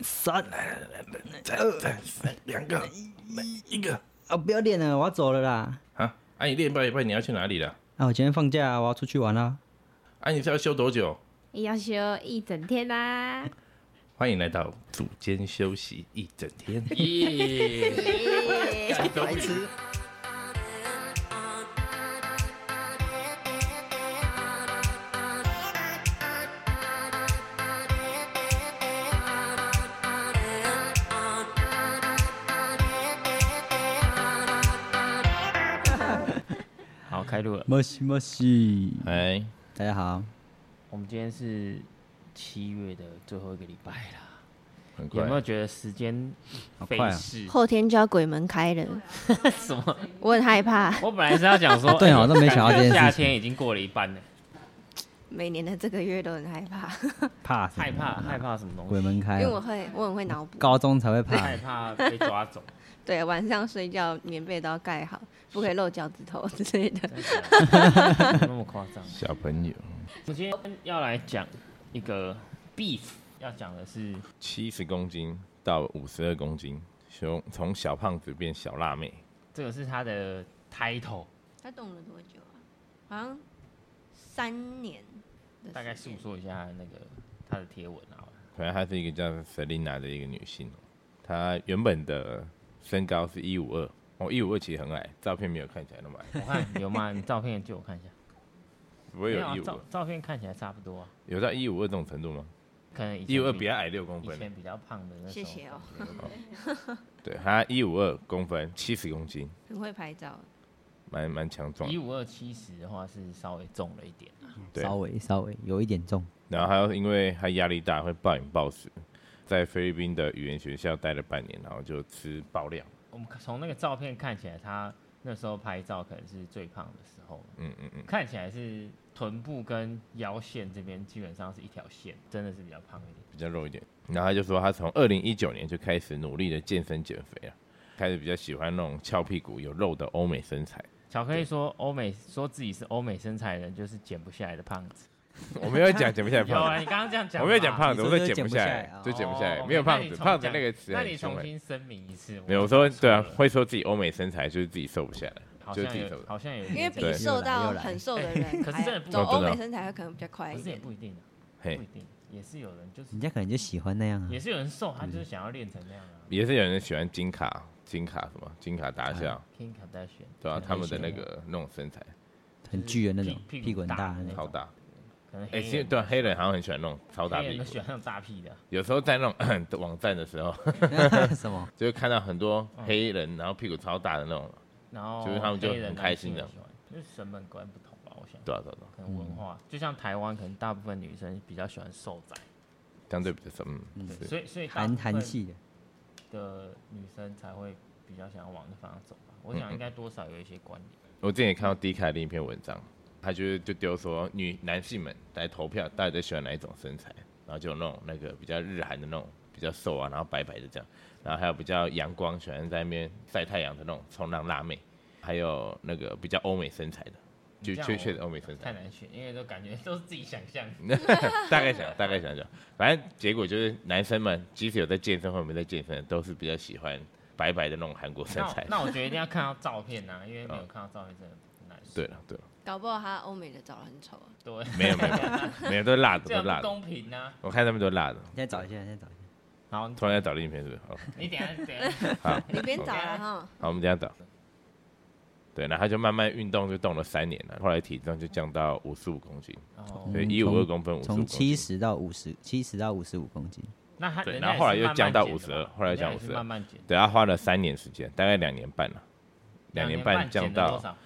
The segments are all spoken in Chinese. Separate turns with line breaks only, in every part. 三，
二两个，一个
啊，不要练了，我要走了啦。
啊！啊，你练一半一半，你要去哪里了？
啊，我今天放假，我要出去玩啦。
啊，你是要休多久？
要休一整天啊啦、
欢迎来到组间休息一整 天。
耶！
白痴，
好，开录了。
莫西莫西，
哎，
大家好，
我们今天是七月的最后一个礼拜啦，
很快
有没有觉得时间飞
快啊啊
逝？
后天就要鬼门开了，
什么？
我很害怕。
我本来是要讲说， 哎
对哦都没想 到这件事情
夏天已经过了一半了，
每年的这个月都很害怕，
怕什么
害怕害怕什么东
鬼
西？
门开
因为我
了，
会，我很会脑补。
高中才会怕
害。怕被抓 走。
对，晚上睡觉棉被都要盖好，不可以露脚趾头之类的。
真的那么夸张？
小朋友
我今天要来讲一个 beef，要讲的是
七十公斤到五十二公斤，从从小胖子变小辣妹，
这个是他的 title，
他动了多久啊？好像三年的时间，
大概诉说一下那个他的贴文啊好了。
反正她是一个叫 Selina 的一个女性，哦她原本的身高是一五二，哦，一五二其实很矮，照片没有看起来那么矮，
我看有吗？你照片借我看一下。
不会
没
有
啊
一五
照
二，
照片看起来差不多啊，
有到一五二这种程度吗？
可能以前
一五二
比
比她矮六公
以
分，
前比较胖的那时
谢
候。
谢哦，
对，她一五二公分，七十公斤，
很会拍照。
蛮蛮强壮的
一。五二七十的话是稍微重了一点啊，
对
稍微稍微有一点重，
然后还有因为他压力大会暴饮暴食，在菲律宾的语言学校待了半年，然后就吃爆料。
我们从那个照片看起来，他那时候拍照可能是最胖的时候，
嗯嗯嗯，
看起来是臀部跟腰线这边基本上是一条线，真的是比较胖一点。
比较肉一点。然后他就说他从二零一九年就开始努力的健身减肥了，开始比较喜欢那种翘屁股有肉的欧美身材。
巧克力说欧美说自己是欧美身材的人，就是减不下来的胖子。
我没有讲减不下来
有啊，
胖
你刚刚这样
子，
讲吧，
我没有讲胖子，
你
我
说
说
就是
减不下来
减不下来，
就减不下来，
哦
没有胖
那
子，
你重
胖子
讲
那个词
那
很
你
凶
重
欸。
新声明一次。
没有，我说对啊
错，了
会说自己欧美身材就是自己瘦不下来，
好
就是
像
自己瘦
有，
的。
好像有一点
因为
这
比
个，
对
瘦到
又来
很瘦的人还， 哎
可是真的不
走
哦真
欧
的啊
美身材会可能比较快
可
一
是也
点。
不一定啊，
嘿
不一，定，也是有人就是
人家可能就喜欢那样啊
也。是有人瘦，他就是想要练成那样啊。
也是有人喜欢金卡，金卡什么金卡达笑，
Kim Kardashian，
对啊，他们的那
就是
个那种身材
很巨的那种，
屁
屁股很大
的
的那
那
种。
超
种，
大。
可能黑
哎、其实
人
对啊黑人好像很喜欢那种超大屁
黑人
股
都，喜欢那种大屁的，
有时候在那种 网站的时候，
什么？
就会看到很多
嗯
黑人，然后屁股超大的那种，
然后
就是他们就
黑人
很开心的
男性也喜欢，就是审美观不同吧，我想。
对啊对啊对啊，
可能文化，就像台湾，可能大部分女生比较喜欢瘦仔，
相对比较少，嗯，
对，
是
所以所以大
韩
部
韩
分
系的，
的女生才会比较想要往那方向走吧。我
嗯
想应该多少有一些关联。
我之前也看到 D 卡另一篇文章，他就是就丢说女男性们来投票，大家都喜欢哪一种身材，然后就有那种那个比较日韩的那种比较瘦啊，然后白白的这样，然后还有比较阳光喜欢在那边晒太阳的那种冲浪辣妹，还有那个比较欧美身材的，就
你这样
确
我
确的欧美身材
太。难选，因为都感觉都是自己想 象。
大概想，大概
哦
想想，反正结果就是男生们，即使有在健身或没在健身，都是比较喜欢白白的那种韩国身
那我
材。
那我觉得一定要看到照片呐、因为没有看到照片真的很难
哦对
选。
了，对了，
搞不好他欧美的长得很丑啊。
对，
没有没有没有，没有都是辣的，
这
都是
样
辣
不
的。
公平啊呐、
我看他们都是辣的，
你再找一下，你再找一下。
好，
突然要找另一篇是不是？好，
你等一下等一下，
好，
你边找
啊
了哈，
好，我们等一下找。对，然后他就慢慢运动，就动了三年了，后来体重就降到五十五公斤，
哦，
所以
嗯
一五二
从
公分，五十五
从
公
七
斤。
十到五十，七十到五十五公斤，
那他
对
人
然
家
后后来
也
又
是慢慢
降到
减的
52
吧
后来
人家
降
也是
52
慢慢减，
对，他花了三年时间，大概两年半了，啊两
年
半
减
降
了
到
多少？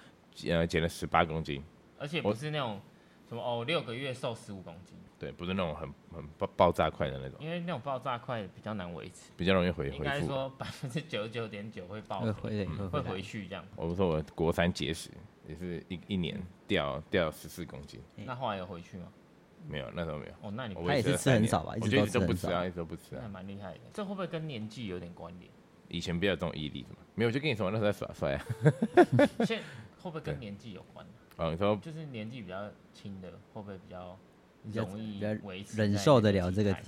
呃减了十八公斤。
而且
我
不是那种什么哦，六个月瘦十五公斤，
对，不是那种很很爆爆炸快的那种，
因为那种爆炸快比较难维持，
比较容易回
应
回
该
复。
说百分之九十九点九会爆
会
肥
回会
嗯会
回来
回。去这样。
我们说我国三节食也是一一年掉掉十四公斤，
嗯
那后来有回去吗？
没有那时候没有。
哦，那你
我
他也
维持
是
了
吃
三
很
年
少吧一
我
直
觉得
都
一直
吃
都不
很
吃啊，
少
一直都不吃
那还
啊。
蛮厉害的，这会不会跟年纪有点关联？
以前比较有这种毅力什么，没有我就跟你说我那时候在耍帅啊。
现在会不会跟年纪有关？
哦，你说
就是年纪比较轻的，会不会比较
较
容易
比较
维持
忍
在
受
那
得了
体
这个
态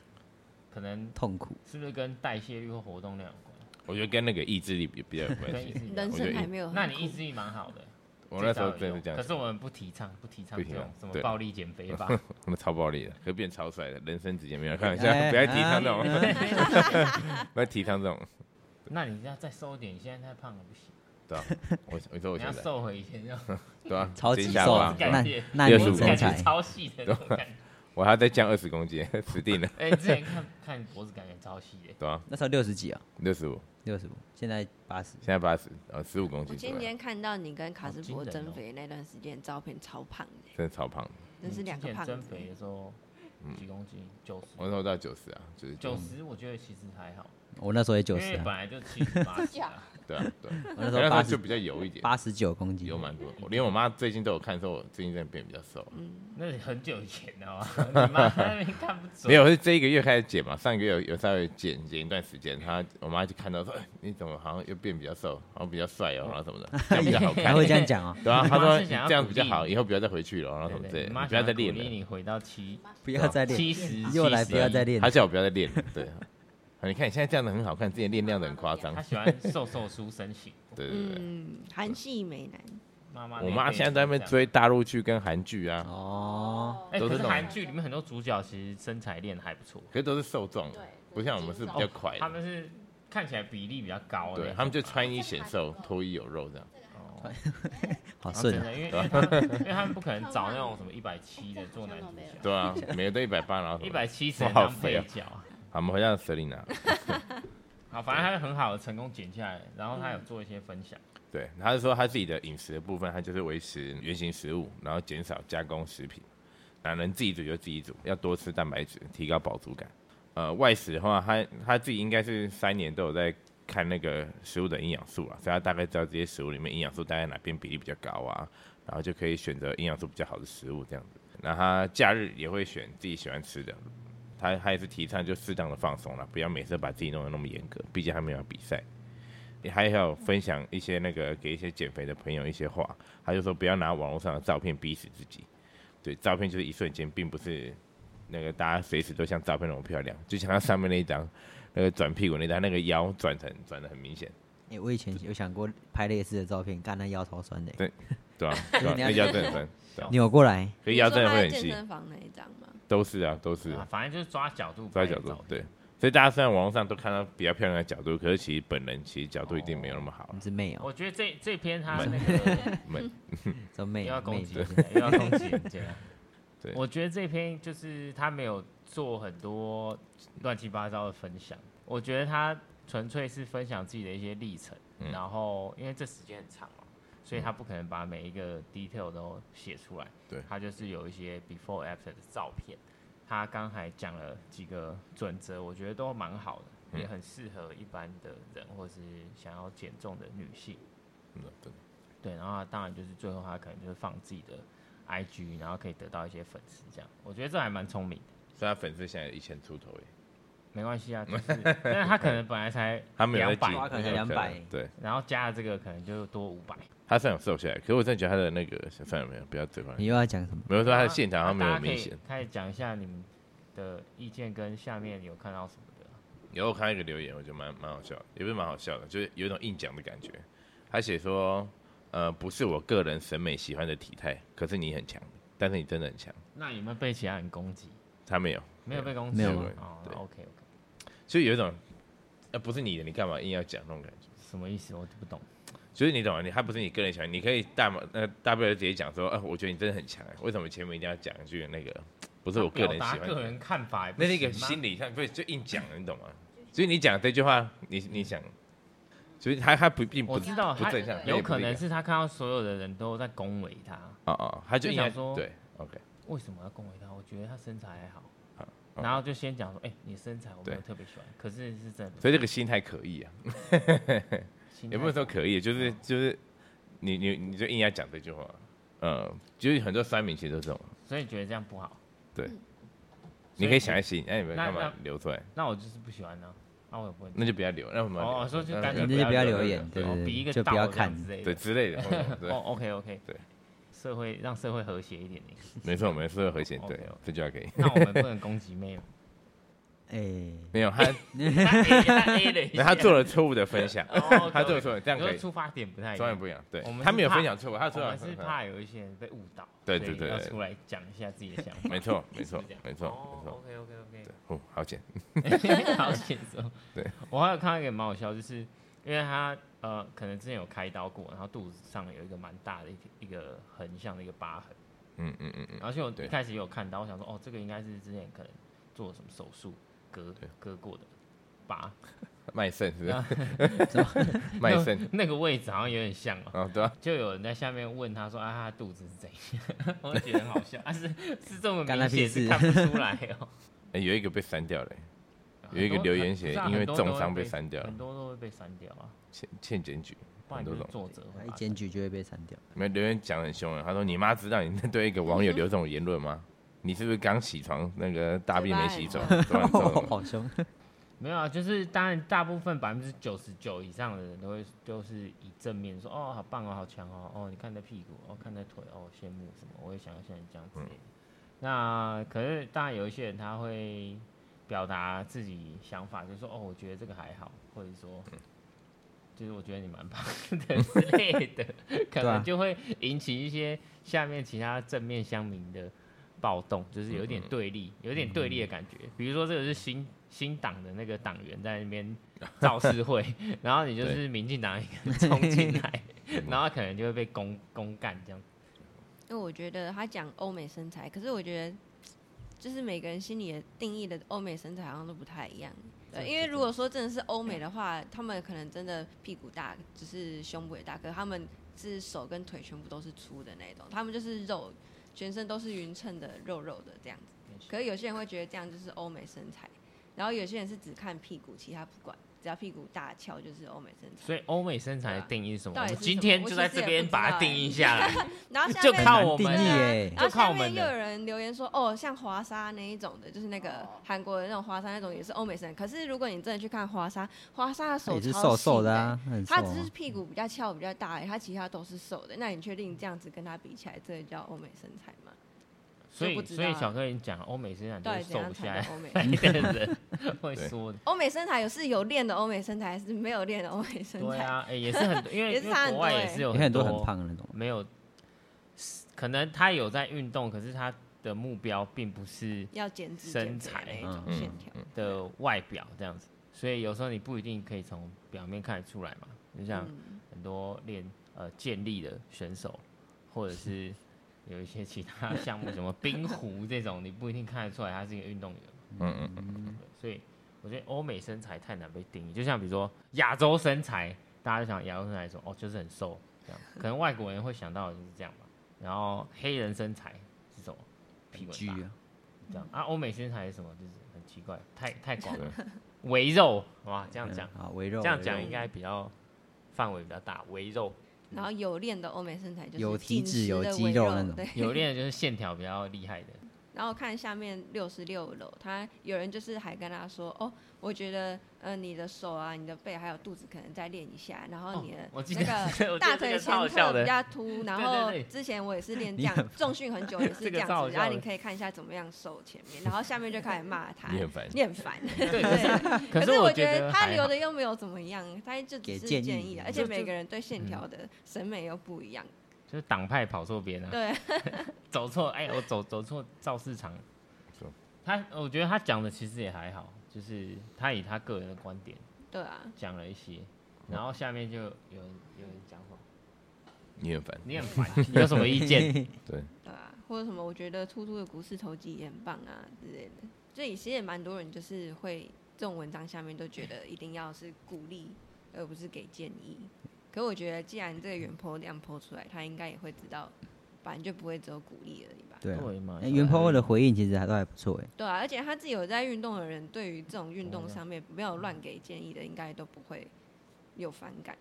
可能
痛苦，
是不是跟代谢率或活动量有关？
我觉得跟那个意志力比比较有关
跟意
系。
志力
人
有关。
我觉
生
得
还没有很
那你
苦
意志力蛮好的，
我那时候
最
真
早有
的是这样
可是
想，
我们不提倡，不提倡
不
这
提
种
倡
什么
对
暴力减肥 法。
我们超暴力的，可是变超帅的，人生直接没有开玩笑，
哎
不要提倡这种，
哎
哎
不要提倡这种，
那你要再瘦一点，你现在太胖了不行，
对吧？我我说我
你要
现在
瘦回以前那种
对啊，
超级
减下
瘦
吧，
感
那
觉
那你
六十五
身
公
感觉
材
超细的那种感觉。
我还要再降二十公斤，死定了，
哎，之前看看脖子感觉超细的，嗯
对啊，
那时候六十几啊，
六十五，
六十五，现在八十，
现在八十，呃，十五公
我
斤左
今
右，
天看到你跟卡
好
斯
惊
伯
人
增
哦嗯
肥那段时间照片，超胖的，
真的超胖的，嗯
真是
你
两
之
个
前
胖
增
子。欸
肥的时候几公斤？九十。
我那时候到九十啊，就是
九，十我觉得其实还好，
我那时候也九
因
十
为本
啊，
来就七 十八十啊，
对啊，对啊，
我那时
那
候
时
八
候就
十
比较油一点，
八十九公斤，
油蛮多，我连我妈最近都有看，说我最近真的变比较瘦了，
那是很久以前的啊，你妈那边看不准。
没有，是这一个月开始减嘛，上个月有有稍微减减一段时间，她我妈就看到说，哎你怎么好像又变比较瘦，好像比较 帅哦，然后什么的，这样比较好
还
看。
会这样讲啊？
对啊，
你
他
妈
说
是
你
想要
这样
鼓
比较
励
好，
你
以后不要再回去了，然后什么
对
之类
对，
的，你
你妈
不要再
想鼓
练
励
了。
你回到七
不要再
七
练，
十，
又来
70
不要再练
他，叫我不要再练了，对。 啊，你看你现在这样的很好看，之前练那样的很夸张
她，喜欢瘦瘦书身形。
对对对。
嗯，韩系美男，
妈妈那
我
辈
妈现在都在那边追大陆剧跟韩剧啊，
哦，
哎，
都
可
是那
是
种
韩剧里面很多主角其实身材练得还不错，
可是都是瘦壮的
对，
不像我们是比较快
哦他
的，
们是看起来比例比较高的那
对
种，
他们就穿衣显瘦，脱衣有肉这样。
哦
好
然后
顺
真
啊，
的，因为因为他们因为他们不可能找那种什么一百七的做男主角，
对啊， 每个都一百八，然后什么
一百七十
哇好
当
肥
配
啊
角啊。
好，我们回到 Selina，
好，反正他很好的成功减下来，然后他有做一些分享，
对，他是说他自己的饮食的部分，他就是维持原型食物，然后减少加工食品，男人自己煮就自己煮，要多吃蛋白质，提高饱足感。呃，外食的话，他他自己应该是三年都有在看那个食物的营养素啦，啊所以他大概知道这些食物里面营养素大概哪边比例比较高啊，然后就可以选择营养素比较好的食物这样子。那他假日也会选自己喜欢吃的，他他也是提倡就适当的放松啦，不要每次把自己弄得那么严格，毕竟他没有比赛。也还有分享一些那个给一些减肥的朋友一些话，他就说不要拿网络上的照片逼死自己，对，照片就是一瞬间，并不是那个大家随时都像照片那么漂亮，就像他上面那一张，那个转屁股那张，那个腰转成转的很明显，
哎，我以前有想过拍类似的照片，干那腰超酸的欸，
对吧、
就是
对吧、
你要
那腰真的很酸，对啊
扭过来，
可是腰
你
真的
说他
会
在
很
健
细，
身房那一张吗？
都是啊，都是、
啊
啊，
反正就是抓角度，
抓角度，对，所以大家虽然网络上都看到比较漂亮的角度，可是其实本人其实角度一定没有那么好
你，是妹哦，
我觉得这这篇他 那个
们
这
又
妹
要
啊
攻
妹
击
子
人，家，又要攻击人 家。
对
我觉得这篇就是他没有做很多乱七八糟的分享，我觉得他纯粹是分享自己的一些历程，
嗯
然后因为这时间很长嘛，所以他不可能把每一个 detail 都写出来。
对
他就是有一些 before after 的照片。他刚才讲了几个准则，我觉得都蛮好的，
嗯
也很适合一般的人或是想要减重的女性。
嗯对
对，然后他当然就是最后他可能就是放自己的 IG，然后可以得到一些粉丝这样。我觉得这还蛮聪明的，
所以他粉丝现在一千出头耶，
没关系啊，就是，但是他可能本来才
他没有在
两
记
200
百，
可能200
对。
然后加了这个可能就多五百。
他虽然有瘦下来，可是我真的觉得他的那个算了没有，不要追欢
你。又要讲什么？
没有说他的现场好像
那
没有
啊大家可以
明显。
开始讲一下你们的意见跟下面有看到什么的啊。
然后我看到一个留言，我觉得蛮蛮好笑的，也不是蛮好笑的，就是有一种硬讲的感觉。他写说，呃，不是我个人审美喜欢的体态，可是你很强，但是你真的很强。
那有没有被其他人攻击？
他没有，
没有被攻击，
没有
啊
哦
对
OK OK，
就有一种，呃，不是你的，你干嘛硬要讲那种感觉？
什么意思？我不懂。
就是你懂吗？你他不是你个人喜欢，你可以大嘛呃大不了直接讲说，呃，我觉得你真的很强、为什么前面一定要讲一句那个不是我个人
表达
喜欢
个
的？
人看法也不
那
行
是
吗，
一个心理上，不是就硬讲，你懂吗？所以你讲这句话，你你想，所以他他不并不
我知道
不
他
正向，
有
也不
可
是一
能
个
是他看到所有的人都在恭维他，
哦哦，他就
就
应该
想说
对 OK
为什么要恭维他？我觉得他身材还好
好。好
然后就先讲说，哎、你身材我没有
对
特别喜欢，可是是真的不错。
所以这个心态可以啊，
心
也
态
不是说可以，就是
哦
就是你你你就硬要讲这句话，呃，就是很多酸民其实都是这种，
所以你觉得这样不好？
嗯
你可以想一想，那你们
那
干嘛
那
留出来？
那我就是不喜欢呢、啊那我也不会。
那就不要留，那我们
哦我说就干脆
那就不要留言，
对
对
哦
对
比一
对，
个
就不
道
要
这
看
样，之类
对
的。
之类的，哦
哦
对，
，OK OK，
对，
社会让社会和谐一点。
没错，我们是和谐，对
哦 OK，OK，
这句话可以。
那我们不能攻击妹吗？
哎、
没 有他，
他 A 他 A 了一
没有
下，
他做了错误的分享，
哦，
他做了错误，这样
你说
可以，
出发点不太一
专业
样。
不一样，对
我们，是
他没有
怕
分享错误，他
我
做了
们是怕有一些人被误导，
对
所以
对对
要
对
出来讲一下自己的想法。
没错没
是
错
不 是这样
没错
哦
没错，
OK OK
对，哦，好简，
OK，好 轻松。
对，
我还有看到一个蛮好笑，就是因为他呃，可能之前有开刀过，然后肚子上有一个蛮大的一一个横向的一个疤痕。
嗯嗯嗯嗯，
而且我
对
一开始也有看到，我想说，哦，这个应该是之前可能做什么手术割
对
割过的疤，
卖肾是不
啊
是？ 卖肾，
那那个位置好像有点像 哦。
哦，对啊，
就有人在下面问他说：“啊，他的肚子是怎样？”我就觉得很好笑，啊是是这么
干他
明
屁
显
事
是看不出来哦。
哎有一个被删掉了， 有一个留言写
很多啊很
因为
很多都
重伤
会
被
被
删掉了
很多都会被删掉啊，
欠欠检举，
不然
很
就
多
是
种。
作者会
一
把
检举就会被删 掉。
没有留言讲得很凶啊，他说你妈知道你 对一个网友留这种言论吗？你是不是刚起床那个大便没洗走？突然中
哦
了
好凶！
没有啊，就是当然大部分百分之九十九以上的人都会就是以正面说哦好棒哦好强哦哦你看你的屁股哦看你的腿哦羡慕什么我也想要像你这样之类的。那可是当然有一些人他会表达自己想法，就是说哦我觉得这个还好，或者说。就是我觉得你蛮棒的之类 的，可
对啊
能就会引起一些下面其他正面乡民的暴动，就是有点对立，有点对立的感觉。比如说，这个是新新党的那个党员在那边造势会， 然后你就是民进党一个人冲进来，然后可能就会被公公干这样。
因为我觉得他讲欧美身材，可是我觉得就是每个人心里的定义的欧美身材好像都不太一样。对，
对嗯
因为
对对
如果说真的是欧美的话，他们可能真的屁股大，只是胸部也大，可是他们是手跟腿全部都是粗的那种，他们就是肉，全身都是匀称的肉肉的这样子。可是有些人会觉得这样就是欧美身材，然后有些人是只看屁股，其他不管，只要屁股大翘就是欧美身材。
所以欧美身材的定义是什么？
到
我
底
们
是
今
什么
天
我其
就在
实
这
也
边
不
把它
知道
定
欸
义下来，
然后下
就
面
很
靠
难
我们
定义
啊
耶
然后
就靠
下
我们
面又
的
有人留言说，哦，像华沙那一种的，就是那个韩国的那种华沙那种也是欧美神。可是如果你真的去看华沙，华沙的
他
手
也是
超
瘦
细
瘦的
欸
啊，很瘦
他只
啊
是屁股比较翘比较大而已，他其他都是瘦的。那你确定这样子跟他比起来，这叫欧美身材吗？
所以
就不知
所
道
以
啊
小哥你讲欧美身材
到
就
底
是
怎
瘦
样
不下
才
来
叫欧美？
的人会
对
说的。
欧美身材有是有练的欧美身材，还是没有练的欧美身
对
材？
啊，哎、也是很多，因为
也是
因为
差很
国
多
外
欸
也是有
有很
多
多很胖的那种。
没有，可能他有在运动，可是他的目标并不是
要减脂
身
减肥
材
那一种
嗯
线条。
的外表这样子，所以有时候你不一定可以从表面看得出来嘛。就像
嗯
很多练呃健力的选手，或者是有一些其他项目，什么冰壶这种，你不一定看得出来他是一个运动员。
嗯嗯嗯，
对所以我觉得欧美身材太难被定义，就像比如说亚洲身材，大家就想亚洲身材说哦就是很瘦这样，可能外国人会想到的就是这样吧。然后黑人身材是什么？屁股
巨
很大
啊，
这样啊，欧美身材是什么？就是很奇怪，太太 广了
对，
围肉哇，这样讲，
啊，围肉，
这样
围
讲
肉
应该比较范围比较大，围 肉
然后有练的欧美身材就是
有体
紧
脂
实
有
的
肌
微
肉那种
对。
有练的就是线条比较厉害的，
然后看下面六十六楼，他有人就是还跟他说，哦，我觉得，呃，你的手啊、你的背还有肚子可能再练一下，然后你的
哦我记得
那个
我记得
大
这
腿
个超好
前
笑
侧
的
比较 凸，然后
对对
之前我也是练这
你 很
样，重训很久也
这
是
个
这样
超好
子，然
笑
后
的
你可以看一下怎么样瘦前面，然后下面就开始骂他，
你很烦，
你很烦，
对
对。
可
是
我
觉得他
还
留
好。
的又没有怎么样，他就只
给
是
建
建
议
议啊了，而且
就
每
就
个人对线条的审美又不一样，
就是党派跑错边啊，
对。
走错，哎，我走走错造市场
错。
他，我觉得他讲的其实也还好，就是他以他个人的观点
对啊，
讲了一些，然后下面就有人有人讲什么，
你很烦，
你很烦，你有什么 意见？
对，
对啊，或者什么，我觉得突突的股市投机也很棒啊之类的。所以其实也蛮多人就是会这种文章下面都觉得一定要是鼓励，而不是给建议。可我觉得既然这个原 po 这样 po 出来，他应该也会知道，反正就不会只有鼓励而已吧。
对啊。
对嘛
哎，元抛的回应其实还都还不错哎，
对啊，而且他自己有在运动的人，对于这种运动上面没有乱给建议的，应该都不会有反感。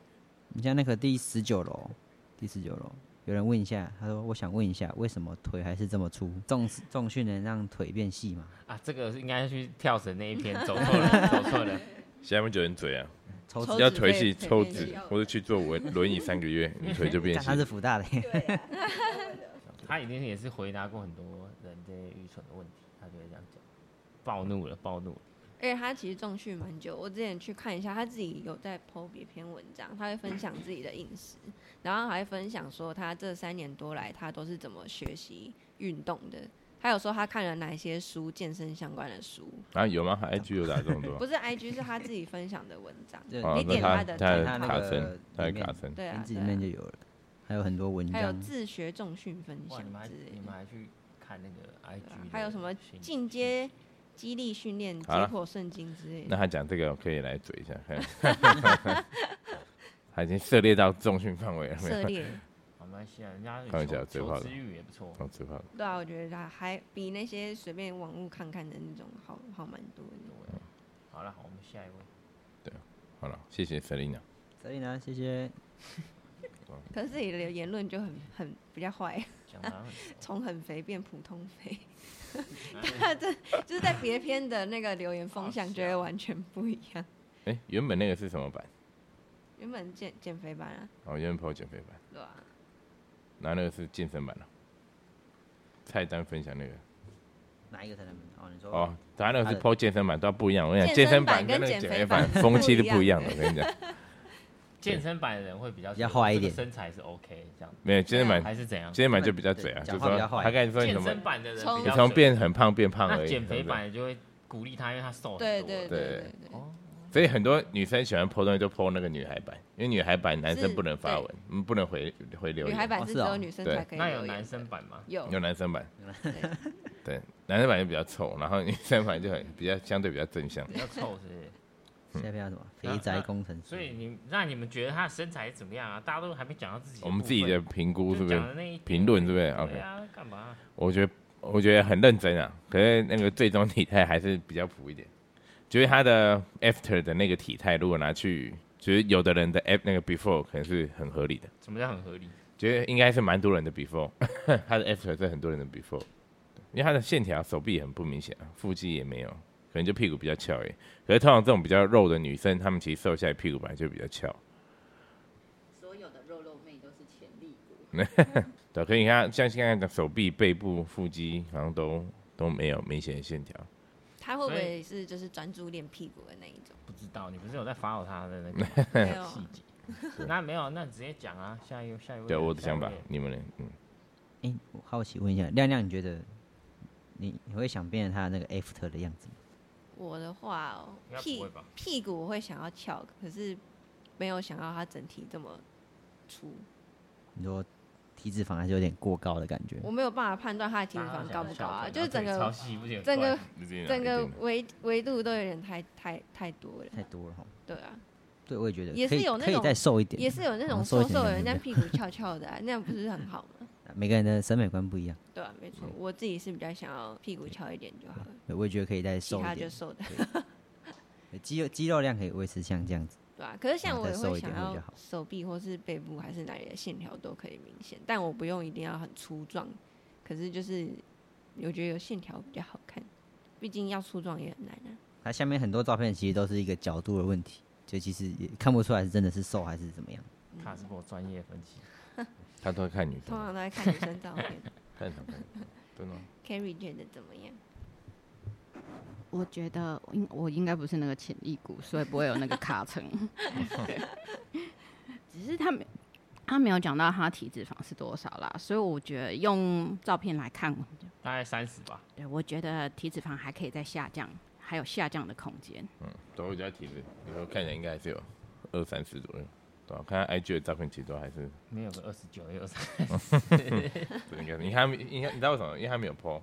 你像那个第十九楼，第十九楼有人问一下，他说我想问一下，为什么腿还是这么粗？重重训能让腿变细吗？
啊，这个是应该去跳绳那一篇，走错了，走错了。
下面就很嘴啊，
抽
抽
脂
要
脂
腿
被
细
腿
抽
变细
脂，或者去坐轮轮椅三个月，你腿就变
干
细
他。是福大的，
啊
他一定也是回答过很多人这些愚蠢的问题，他就会这样讲，暴怒了，暴怒了。
而且他其实重训蛮久，我之前去看一下，他自己有在 PO 别篇文章，他会分享自己的饮食，然后还会分享说他这三年多来他都是怎么学习运动的。他有说他看了哪些书，健身相关的书，
啊，有吗他？IG 有打这么多
不？是 IG 是他自己分享的文章，
对
哦
你
那
点
他
他的
他
账
的
他那
卡
个
森，他的
里面
卡森，
对啊，
文字
对
里
啊
面就有了，还有很多文
还有
章，
自学重训分
哇，
享
你们还
之类
你们
的，
还去看那个 IG，、
对啊还有什么进？阶激励训练、
好了
解剖圣经之类
那
的。
他讲这个我可以来嘴一下，看他已经涉猎到重训范围了，没有？
涉 猎，
好，没关系啊，人家有
开玩笑
求
嘴炮
求
的
知欲也不错。
我知道了，
对啊，我觉得他还比那些随便网络看看的那种好好蛮多的。
对好了，好，我们下一位。
好了，谢谢 Selina。
所以呢，谢谢。
可是自己的言论就很很比较坏，
讲得好像很
从很肥变普通肥，
嗯
他这就是在别篇的那个留言风向就会完全不一样。
哎，原本那个是什么版？
原本减减肥版啊，
哦，原本 PO 减肥版，
对吧、啊？
然后那个是健身版了。菜单分享那个
哪一个才能？哦，你说
哦，他那个是
他的
PO 健身版，都不一样。我跟你讲，
健
健
身
身
版
版跟那个
跟减
减
肥
肥
版
版风气是
不
不
一
一样的。我跟你讲，
健身版的人会比较
比较
说
坏一
这个
点
身材是 OK 这样，
没有健身版，
还是怎样？
健身版就比较嘴啊，
对
就
讲话
说
比较
他
坏
刚才说你
健
什么，
身版的人
从
比
你
较
从
水
变很胖变胖而
那
已。
减
对
肥
不对
版的就会鼓励他，因为他瘦很
对
多
对
了
对对对。
哦，
所以很多女生喜欢 PO 东西就 PO 那个女孩版，因为女孩版男生
是
不能发
对
文，嗯，不能回回留
女孩
言。
版
哦是
是只有
哦
女生
对
才可以
那
留言
有男
的
生版吗？
有
有男生版，
对
对，男生版就比较臭，然后女生版就很比较相对比较正向。
比较臭是 不是？
嗯
现在叫什么？肥宅工程师。
啊
所以你那你们觉得他的身材怎么样啊？大家都还没讲到自己部分，
我们自己的评估
就是
不是
讲？的那一
评论是不是
对
？OK，
啊，干嘛？
我觉得我觉得很认真啊，可是那个最终体态还是比较普一点。觉得他的 after 的那个体态，如果拿去，觉得有的人的 a 那个 before 可能是很合理的，
什么叫很合理？
觉得应该是蛮多人的 before，他 的 after 是很多人的 before，对因为他的线条手臂很不明显啊，腹肌也没有，可能就屁股比较翘而已。可是通常这种比较肉的女生，她们其实瘦下来屁股本来就比较翘，
所有的肉肉妹都是潜力股。
对，可以看她像现在的手臂、背部、腹肌好像都都没有明显的线条。
他会不
所以
会是就是专注练屁股的那一种？
不知道，你不是有在 follow 他的那个
没有啊
细节？那没有，那直接讲啊，下一位，下一位，
对我的
下一
想
位
法，你们呢？嗯，
哎、我好奇问一下，亮亮，你觉得你你会想变成他那个 after 的样子吗？
我的话、哦
应该，不
屁
会吧？
屁股我会想要翘，可是没有想到它整体这么粗，
你说体脂肪还是有点过高的感觉。
我没有办法判断它的体脂肪高不高啊，就是整
超
个
细，不是有
整个
怪
整个维维度都有点太太太多了，
太多了哈，
对啊，
对，我也觉得
也是
可以
有那
可以
种
再瘦一点，
也是有那种
好像瘦
瘦
一
瘦的
点
人，
点
但屁股翘翘 的、啊，那样不是很好吗？
每个人的审美观不一样，
对啊，没错，
嗯
我自己是比较想要屁股翘一点就好了，
对我也觉得可以再
其
瘦
他
一
就
点，
瘦的。
对肌肉肌肉量可以维持像这样子，
对啊，可是像
嗯
我也
再瘦
会
一点
想
会比
要
较好
手臂或是背部还是哪里的线条都可以明显，但我不用一定要很粗壮，可是就是我觉得有线条比较好看，毕竟要粗壮也很难啊。
它下面很多照片其实都是一个角度的问题，就其实也看不出来是真的是瘦还是怎么样。
卡斯伯专业分析，
他都会看女
通
生，
常都在看女生照片
看什么？真的吗？
，Carrie 觉得怎么样？
我觉得应我应该不是那个潜力股，所以不会有那个卡层。对只是他没他没有讲到他体脂肪是多少啦，所以我觉得用照片来看，
大概三十吧。
对我觉得体脂肪还可以再下降，还有下降的空间。
等我家体脂，你说看起来应该还是有二三十左右。对、啊，看他 IG 的照片，其实都还是，
没有个二十 九，也有三。
不应该是。你看他，应该你知道为什么？因为他没有 PO，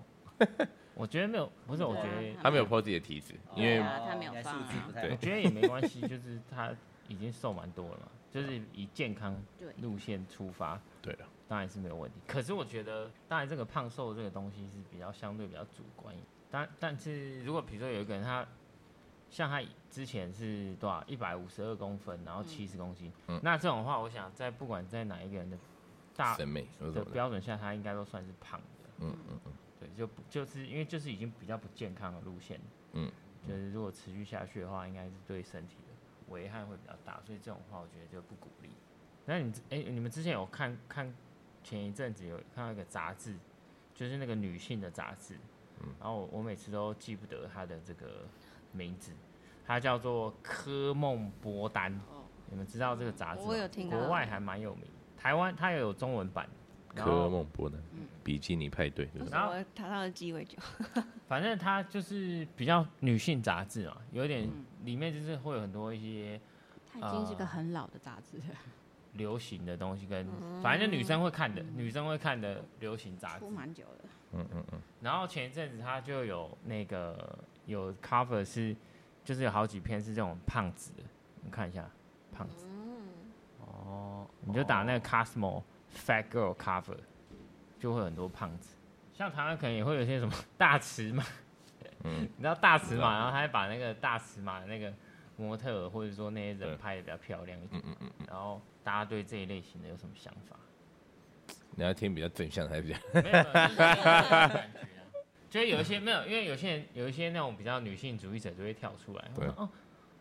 我觉得没有，不是，我觉
啊
得
他没有哦 PO 自己的体脂，因为
对啊他没有放啊
应该数字不太
我
对
觉得也没关系， 就是他已经瘦蛮多了嘛，就是以健康
对
路线出发，
对啊了，
当然是没有问题。可是我觉得，当然这个胖瘦这个东西是比较相对比较主观一点。但但是如果比如说有一个人他，像他之前是多少一百五十二公分，然后七十公斤，
嗯
那这种的话，我想在不管在哪一个人的大
审美什么
的
什么的，
标准下，他应该都算是胖的。
嗯嗯嗯，
对，就不就是因为就是已经比较不健康的路线，
嗯，
就是如果持续下去的话，应该是对身体的危害会比较大，所以这种话我觉得就不鼓励。那你哎、你们之前有看看前一阵子有看到一个杂志，
嗯
就是那个女性的杂志，然后我我每次都记不得它的这个名字，它叫做科梦波丹。
哦，
你们知道这个杂志吗？
我有听到
国外还蛮有名，台湾它也有中文版。然
科
后嗯
梦波呢？比基尼派对，对不对？
然后
我踏上了鸡尾酒，
反正它就是比较女性杂志嘛，有一点
嗯
里面就是会有很多一些
它已经是个
呃
很老的杂志了，
流行的东西跟，反正就女生会看的，女生会看的流行杂志
嗯出。蛮久了。
嗯嗯嗯，
然后前一阵子他就有那个有 cover 是，就是有好几篇是这种胖子的，你看一下胖子，
嗯，
哦，你就打那个 Cosmo Fat Girl cover，就会有很多胖子。像台湾可能也会有些什么 大尺码，
嗯
你知道大尺
知道
码，然后他会把那个大尺码的那个模特儿或者说那些
对
人拍的比较漂亮一点。
嗯嗯嗯，
然后大家对这一类型的有什么想 法？
你要听比较正向才比较
没有，没有就是有一种感觉啊就是有一些没有，因为有些人有一些那种比较女性主义者就会跳出来，
对
哦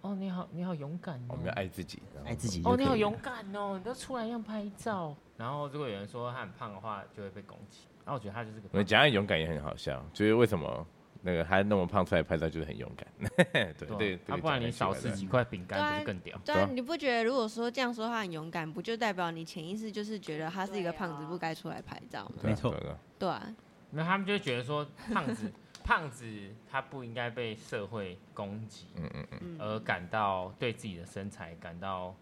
哦，你好，你好勇敢
我
哦
们，要爱自己，然后
爱自己就
哦，
可
你好
以了
勇敢哦，你都出来要拍照。然后如果有人说他很胖的话，就会被攻击。然后我觉得他就是个
我们
胖子，
讲到勇敢也很好笑，就是为什么那个他那么胖出来拍照就是很勇敢， 对
啊
对，
啊不然你少吃
自
几
己。
块饼干
对
不
啊
是更屌？
对
对
啊，
啊
你不觉得如果说这样说他很勇敢，不就代表你潜意识就是觉得他是一个胖子，不该出来拍照吗？
对啊
没错
对啊对啊
对啊，
那他们就会觉得说胖子胖子他不应该被社会攻击，
嗯嗯嗯，
而感到对自己的身材感到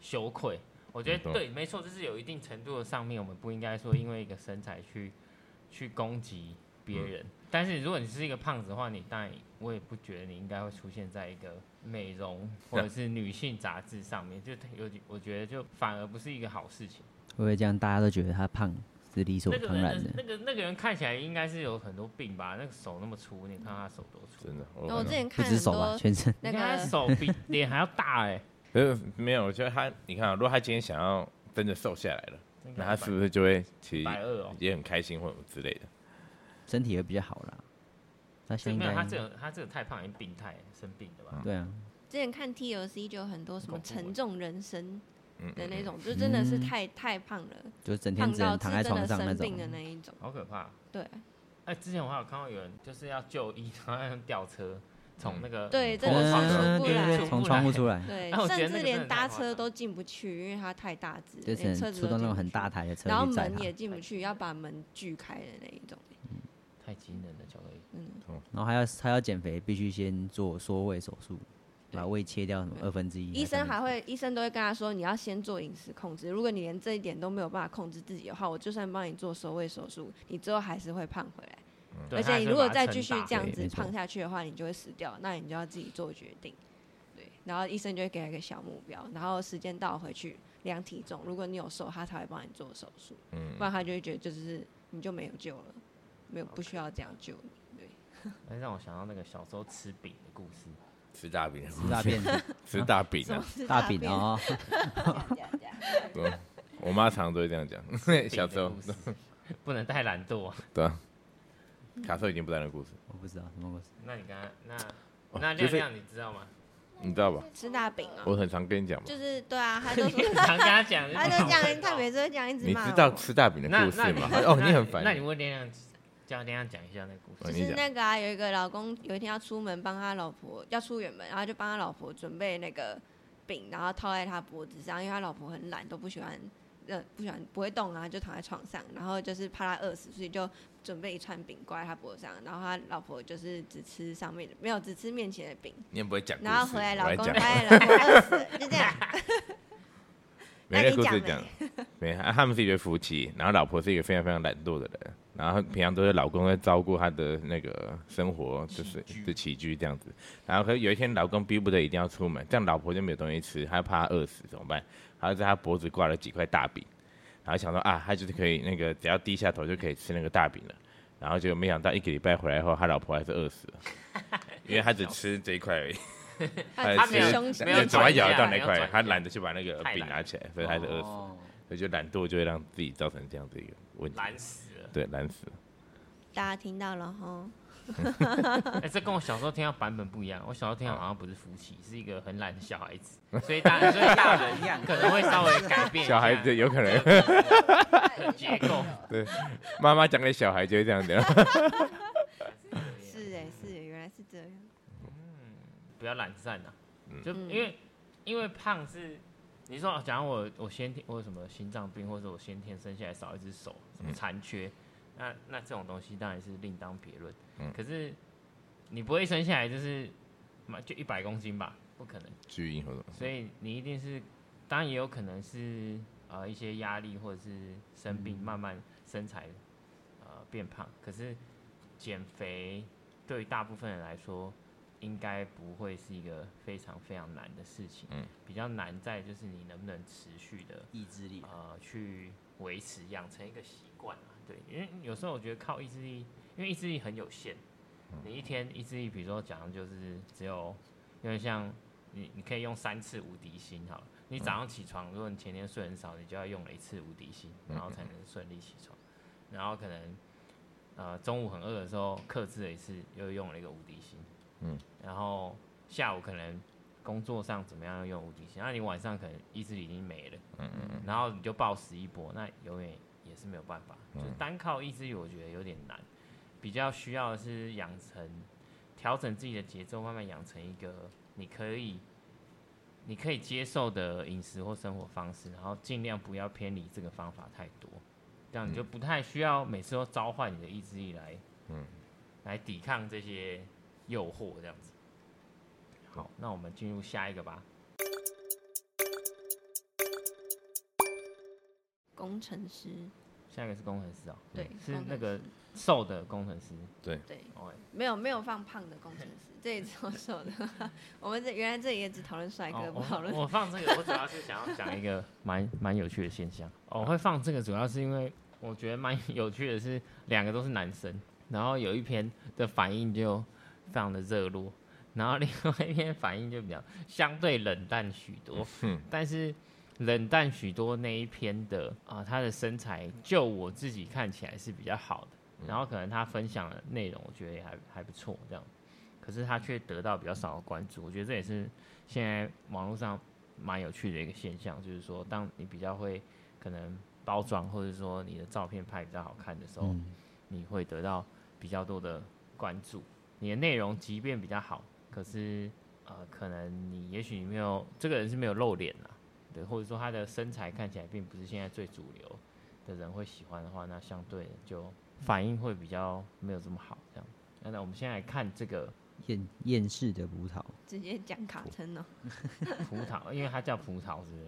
羞愧。我觉
嗯懂
得对，没错，这是有一定程度的上面，我们不应该说因为一个身材去去攻击别人。
嗯
但是如果你是一个胖子的话，你当然我也不觉得你应该会出现在一个美容或者是女性杂志上面，就有点我觉得就反而不是一个好事情。
会不会这样大家都觉得他胖是理所
那个
当然
人的
的？
那个那个人看起来应该是有很多病吧？那个手那么粗，你看他手多粗，
真的。
那我之前
不
看
止
很
手吧，
多
全身。
那
你看他
个
手 比脸还要大哎、
可是没有，我觉得他，你看啊，如果他今天想要真的瘦下来了，那他是不是就会其实
百二哦？
也很开心或者之类的？
身体会比较好啦。他现在应
没有，他这
该
个他这个太胖，已经病态生病的吧？
对啊，
之前看 TLC 就有很多什么
恐怖欸
沉重人生
嗯，
的
嗯
那种，就真的是
嗯
太太胖了，
就是整天
胖
只
到
能
是
躺在
真
床
的
上那
生
种
病。的那一种。
好可怕！
对
哎，之前我还有看到有人就是要就医，然后要吊车
嗯
从那
呃
个
哦对，真
从
的
窗
是
嗯，
出不
对对对，
来。
从窗户出来，
对
啊我，觉得
甚至
那个真的
连
太
搭
夸
车
张
都进不去，因为它太大只，
就只
连车
能
子
出动那
都进
种
不
很大
去，
台的车
然后
去载
门
他，
也进不去，要把门锯开的那一种。嗯
太惊人的巧克力，
然后还要他要减肥，必须先做缩胃手术，把胃切掉什么
对
二分之一。
医生还
三分
会，医生都会跟他说，你要先做饮食控制。如果你连这一点都没有办法控制自己的话，我就算帮你做手胃手术，你最后还是会胖回来。
对
而且你如果再继续这，
他
样
还是把它撑大
对
子
没错
胖下去的话，你就会死掉，那你就要自己做决定。对，然后医生就会给他一个小目标，然后时间到了回去量体重，如果你有瘦，他才会帮你做手术，
嗯
不然他就会觉得就是你就没有救了，没有不需要这样救你。
哎让我想到那个小时候吃饼的故事。
吃大饼，
吃大便
吃大饼
什么
啊！
是
大饼
便
哦，
嗯我妈常常都会这样 讲，小时候
饼的故事不能太懒惰啊。
对啊。卡兽已经不在那个故事，
我不知道什么故事。
那你刚刚那
哦
那
就
亮
是
亮你知道吗？
你知道吧？
吃大饼啊？
我很常跟你讲嘛，
就是对啊，他就说
你常跟他讲，
他就这样， 他每次都这样一直
你
骂我。
知道吃大饼的
那
故
那
事吗？哦，
那
你很烦。
那你问亮亮，叫亮亮讲一下那个故
哦
就
事。
你
是
讲
那个啊，有一个老公有一天要出门帮他老婆要出远门，然后就帮他老婆准备那个饼，然后套在他脖子上，因为他老婆很懒，都不喜欢呃不喜欢不会动啊，就躺在床上，然后就是怕他饿死，所以就准备一串饼挂在他脖子上，然后他老婆就是只吃上面的，没有只吃面前的饼，
你也不会讲故事，
然后回来老
我
公
讲
发 现老婆饿死了，就这样，
没那故
那
事
你讲
讲，没他们是一对夫妻，然后老婆是一个非常非常懒惰的人，然后平常都是老公在照顾她的那个生活，就是的起居这样子。然后可是有一天老公逼不得一定要出门，这样老婆就没有东西吃，她怕她饿死怎么办？她就在她脖子挂了几块大饼，然后想说啊，她就是可以那个只要低下头就可以吃那个大饼了。然后结果没想到一个礼拜回来后，他老婆还是饿死了，因为他只吃这一块而已。
他
他
没有
凶啊
没有
只要咬得到
没
那
有
块
转，
他
向
懒得去把那个
太
饼
懒
拿起来，所以他就饿死了。
哦
所以就懒惰就会让自己造成这样的一个问题，
懒死了。
对懒死了。
大家听到了哈，
哎、这跟我小时候听到版本不一样。我小时候听
哦
到好像不是夫妻，是一个很懒的小孩子，所以大所以大人可能会稍微改变一下
小孩子有可能，
结构。
妈妈讲给小 孩就会这样讲。
欸是哎、是、欸、原来是这样，
不要懒散呐、啊
嗯
就因为因为胖是你说哦假如我我先天我有什么心脏病，或者我先天生下来少一只手，什么
嗯
残缺，那那这种东西当然是另当别论。
嗯
可是你不会生下来就是嘛就一百公斤吧？不可能。
巨婴或者
所以你一定是，当然也有可能是呃一些压力或者是生病，慢慢身材呃变胖。可是减肥对于大部分人来说，应该不会是一个非常非常难的事情。
嗯，
比较难在就是你能不能持续的
意志力
呃去维持养成一个习惯啊。对，因为有时候我觉得靠意志力，因为意志力很有限，你一天意志力，比如说讲就是只有，因为像你你可以用三次无敌星好了。你早上起床，如果你前天睡很少，你就要用了一次无敌星，然后才能顺利起床。然后可能呃中午很饿的时候，克制了一次，又用了一个无敌星。
嗯，
然后下午可能工作上怎么样用无敌星，啊那你晚上可能意志力已经没了。
嗯嗯嗯，
然后你就暴食一波，那永远也是没有办法，
嗯
就是单靠意志力，我觉得有点难，比较需要的是养成调整自己的节奏，慢慢养成一个你可以你可以接受的饮食或生活方式，然后尽量不要偏离这个方法太多，这样你就不太需要每次都召唤你的意志力来，
嗯，
来抵抗这些诱惑，这样子。好，那我们进入下一个吧。
工程师，
下一个是工程师哦，
对，
是
工程
那个
师
瘦的工程师。
对，
哦，
没有没有放胖的工程 师，这里只有瘦的。我们这原来这里也只讨论帅哥，
哦
不
我
讨论
我放这个，我主要是想要讲一个蛮 蛮有趣的现象。哦我会放这个，主要是因为我觉得蛮有 趣的是，两个都是男生，然后有一篇的反应就非常的热络，然后另外一篇反应就比较相对冷淡许多。但是冷淡许多那一篇的啊、他的身材就我自己看起来是比较好的，然后可能他分享的内容我觉得也还还不错这样，可是他却得到比较少的关注，我觉得这也是现在网络上蛮有趣的一个现象，就是说当你比较会可能包装或者说你的照片拍比较好看的时候，
嗯，
你会得到比较多的关注。你的内容即便比较好，可是呃，可能你也许你没有这个人是没有露脸啊，对，或者说他的身材看起来并不是现在最主流的人会喜欢的话，那相对的就反应会比较没有这么好。这样，那那我们先来看这个
厌厌世的葡萄，
直接讲卡称哦。
葡萄，因为它叫葡萄，是不是？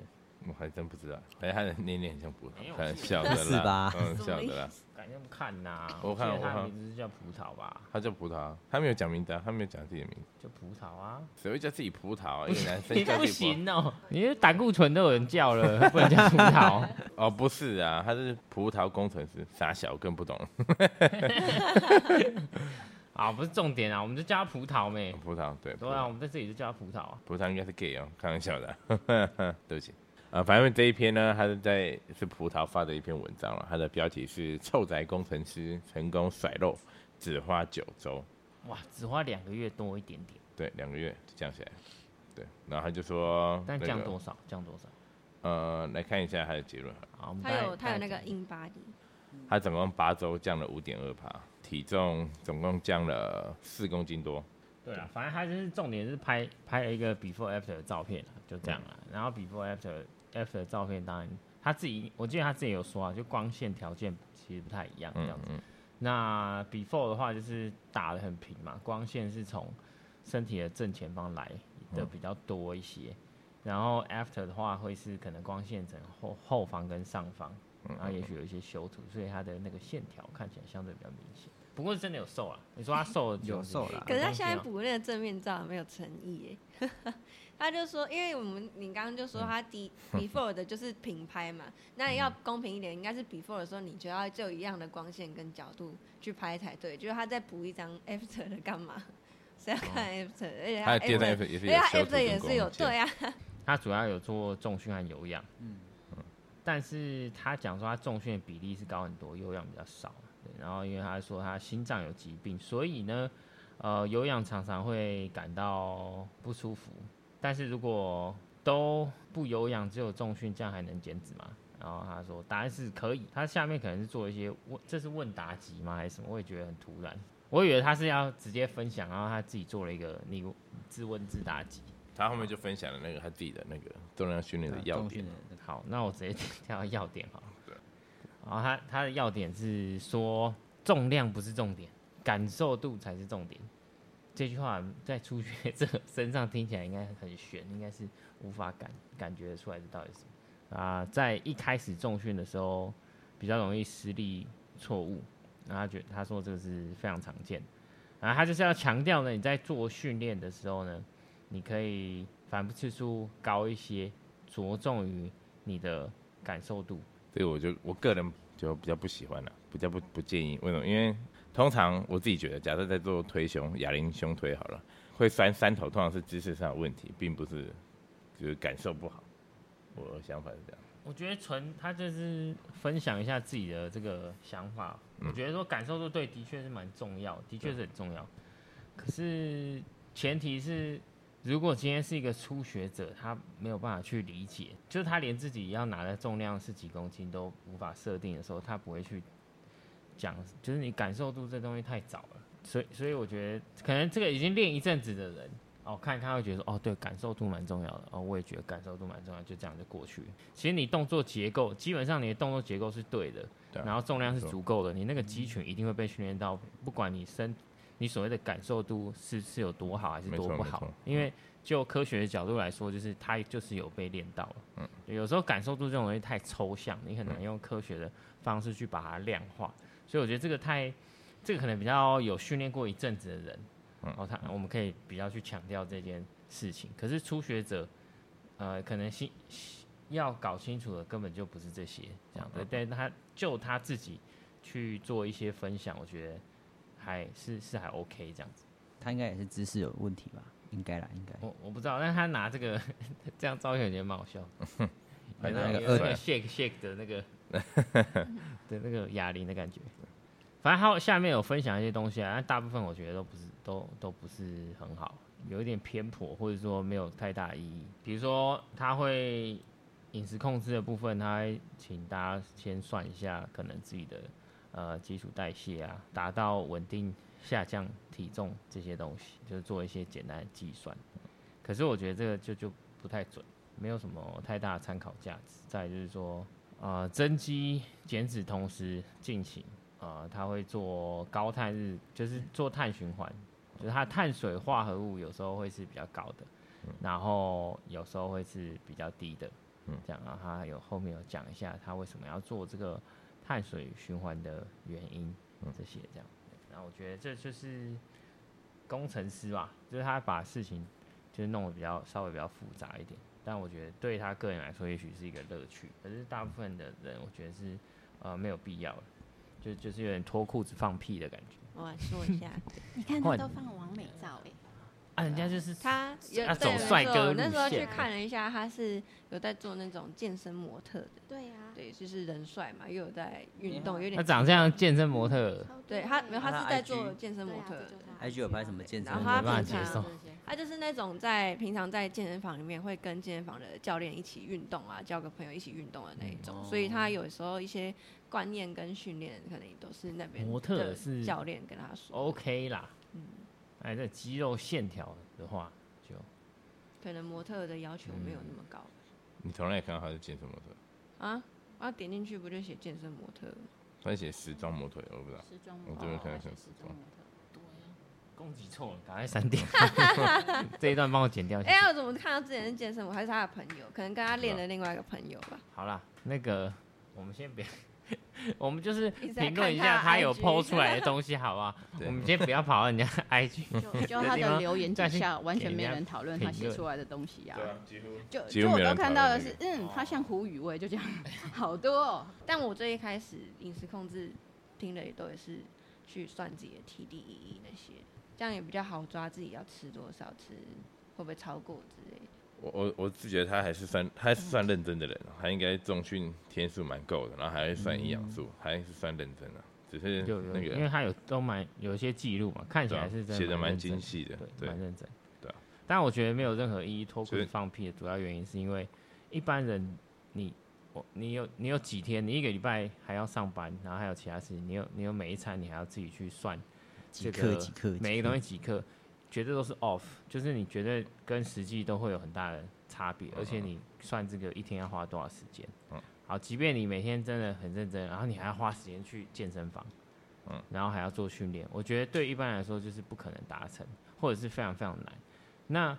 我还真不知道，哎，他的念念很像葡
没
萄，
有
开玩
是
笑的
是
啦
吧，
嗯，
什么
笑
意
的啦，
感觉不看呐、
我看
记得
我
它的
看
名字是叫葡萄吧，
他叫葡萄，他没有讲名字啊，他没有讲自己的名字，
叫葡萄啊。
谁会叫自己葡萄啊？一个男生
你
叫
不
自己葡萄
行哦、你的胆固醇都有人叫了，还不能叫葡萄。
哦，不是啊，他是葡萄工程师，傻小我更不 懂
啊，不是重点啊，我们就叫他葡萄妹。
葡萄，对，葡
对啊，
萄
我们在这里就叫他葡萄啊。
葡萄应该是 gay 哦，开玩笑的 啊，对不起。啊，反正这一篇呢，他是在是葡萄发的一篇文章了，啊他的标题是“臭宅工程师成功甩漏，只花九周”。
哇，只花两个月多一点点，
对，两个月就降下来。对，然后他就说，
但
那
降
个
多少？降多少？
呃，来看一下他的结论好了。
啊，我们
他
大概
有他有那个
大概
硬巴黎，
他总共八周降了五点二趴，体重总共降了四公斤多。
对啊，反正他就是重点是拍拍了一个 before after 的照片啊，就这样啦。
嗯
然后 before after after 的照片，当然他自己，我记得他自己有说啊，就光线条件其实不太一样这
嗯
样子。
嗯，
那 before 的话就是打得很平嘛，光线是从身体的正前方来
嗯
的比较多一些，然后 after 的话会是可能光线整后后方跟上方，
嗯
然后也许有一些修图，所以它的那个线条看起来相对比较明显。不过真的有瘦啊，你说他瘦了
有
就是
瘦啦
可是他现在
没关系啊
补那个正面照没有诚意耶。 他就说，因为我们你刚刚就
嗯
说 他第 before 的就是平拍嘛，那要公平一点，应该是 before 的时候你就要就一样的光线跟角度去拍才对，就是他再补 一张 after 的干嘛？谁要看 after？而且
哦他的第三
after，
F 也是
而且
有
他
修图
after
跟
哎也是有
光线
对啊，
他主要有做重训和有氧，
嗯
但是他讲说他重训的比例是高很多，有氧比较少。对，然后因为他说他心脏有疾病，所以呢，呃，有氧常常会感到不舒服。但是如果都不有氧，只有重训，这样还能减脂吗？然后他说答案是可以。他下面可能是做一些问，这是问答集吗？还是什么？我也觉得很突然。我以为他是要直接分享，然后他自己做了一个你自问自答集。
他后面就分享了那个他自己的那个重量训练的要
重
点
训，的那个
好，那我直接 跳到要点好了。然后他他的要点是说重量不是重点，感受度才是重点。这句话在初学者身上听起来应该很悬，应该是无法感感觉得出来这到底是什么啊。在一开始重训的时候，比较容易失利错误，然后他觉得他说这个是非常常见的。然后他就是要强调呢，你在做训练的时候呢，你可以反复次数高一些，着重于你的感受度。
这个我就我个人就比较不喜欢了，比较不不建议。为什么？因为通常我自己觉得，假设在做推胸、哑铃胸推好了，会酸三头，通常是姿势上的问题，并不是就是感受不好。我的想法是这样。
我觉得纯他就是分享一下自己的这个想法。我觉得说感受度对，的确是蛮重要，的确是很重要。可是前提是，如果今天是一个初学者，他没有办法去理解，就是他连自己要拿的重量是几公斤都无法设定的时候，他不会去讲，就是你感受度这东西太早了。所以，所以我觉得可能这个已经练一阵子的人，哦，看他会觉得说，哦，对，感受度蛮重要的，哦，我也觉得感受度蛮重要，就这样就过去了。其实你动作结构，基本上你的动作结构是对的，
对啊
然后重量是
没错
足够的，你那个肌群一定会被训练到，不管你身你所谓的感受度是是有多好还是
没错
多不
没
好
错，
因为就科学的角度来说，就是它就是有被练到了。嗯，有时候感受度这种东西太抽象，你
嗯
很难用科学的方式去把它量化，所以我觉得这个太这个可能比较有训练过一阵子的人，然后他我们可以比较去强调这件事情。可是初学者，呃，可能心要搞清楚的根本就不是这些这样的，但他就他自己去做一些分享，我觉得还是是还 OK 这样子。
他应该也是姿势有问题吧？应该啦，应该。
我我不知道，但他拿这个 这样照片有点蛮好笑。
反正
有
那
那
个
有
对
那个
啊
shake shake 的那个 的那个哑铃的感觉。反正他下面有分享一些东西啊，但大部分我觉得都不是都都不是很好，有一点偏颇，或者说没有太大意义。比如说他会饮食控制的部分，他会请大家先算一下可能自己的呃基础代谢啊，达到稳定下降体重这些东西，就是做一些简单的计算。可是我觉得这个就就不太准，没有什么太大的参考价值。再来就是说，呃，增肌减脂同时进行，呃，它会做高碳日，就是做碳循环，就是它碳水化合物有时候会是比较高的，然后有时候会是比较低的，这样，然后它有后面有讲一下它为什么要做这个碳水循环的原因，这些这样。然后我觉得这就是工程师吧，就是他把事情就是弄得比较稍微比较复杂一点。但我觉得对他个人来说，也许是一个乐趣。可是大部分的人，我觉得是呃没有必要的，就就是有点脱裤子放屁的感觉
我来说一下，
你看
换
他都放完美照哎、
啊。人家就是
他有
要走
对没
帅哥
错
路
那时候去
线
看了一下，他是有在做那种健身模特的，
对啊呀、
对，就是人帅嘛，又有在运动，有
他
点
长这样健身模特，
对他没有，他是在做
IG
健身模
啊
特的，
IG 有拍什么健身
然后
的吗？
他平
没办法接受
常他就是那种在平常在健身房里面会跟健身房的教练一起运动啊，交个朋友一起运动的那一种，
嗯哦
所以他有时候一些观念跟训练可能都是那边
模特
的
是哦
教练跟他说，
OK 啦。
嗯
哎，这肌肉线条的话，就
可能模特的要求没有那么高
嗯
你从来也看到他是健身模特，
啊。啊，点进去不就写健身模特吗？
他写时装模特，我不知道。
时装
模
模
特我
特，
这边看一下时装
攻击错了，赶快删 掉。这一段帮我剪掉一下。
哎、我怎么看到之前是健身模，还是他的朋友？可能跟他练
啊
的另外一个朋友吧。
好啦，那个我们先别， 我们就是
一直在
评论一
看他
下
的
他有
IG
PO 出来的东西，好不好？
对
我们先不要跑到人家 IG。
就就
这
他
地方
的留言
再
底
去
下完全
给
没
人家
人讨论他
评
写
论
出来的东西啊。
啊，几乎。
就
几
就
乎
我
没有
都
人
看
讨论
到的
那
是，嗯，他像胡宇威，就这样， 好多、哦。
但我最一开始饮食控制听的也都也是去算自己的 TDEE E 那些，这样也比较好抓自己要吃多少，吃会不会超过之类的。
我我我自觉得他还是算他还是算认真的人，啊他应该重训天数蛮够的，然后还会算营养素，还是算认真的，啊只是
嗯有有，
那
因
个
为他有都蛮有一些记录嘛，看起
对啊
来是真
写的蛮
认真
精细的，
对，
对
蛮，认真。
对啊
但我觉得没有任何意义，脱裤
所
子
以
放屁的主要原因是因为一般人你我你有你有几天，你一个礼拜还要上班，然后还有其他事情，你有你有每一餐你还要自己去算
几
这
克
个
几克？
每一
几
个东
克
西几克。绝对都是 off，就是你绝对跟实际都会有很大的差别，而且你算这个一天要花多少时间，
嗯
好，即便你每天真的很认真，然后你还要花时间去健身房，
嗯，
然后还要做训练，我觉得对一般人来说就是不可能达成，或者是非常非常难。那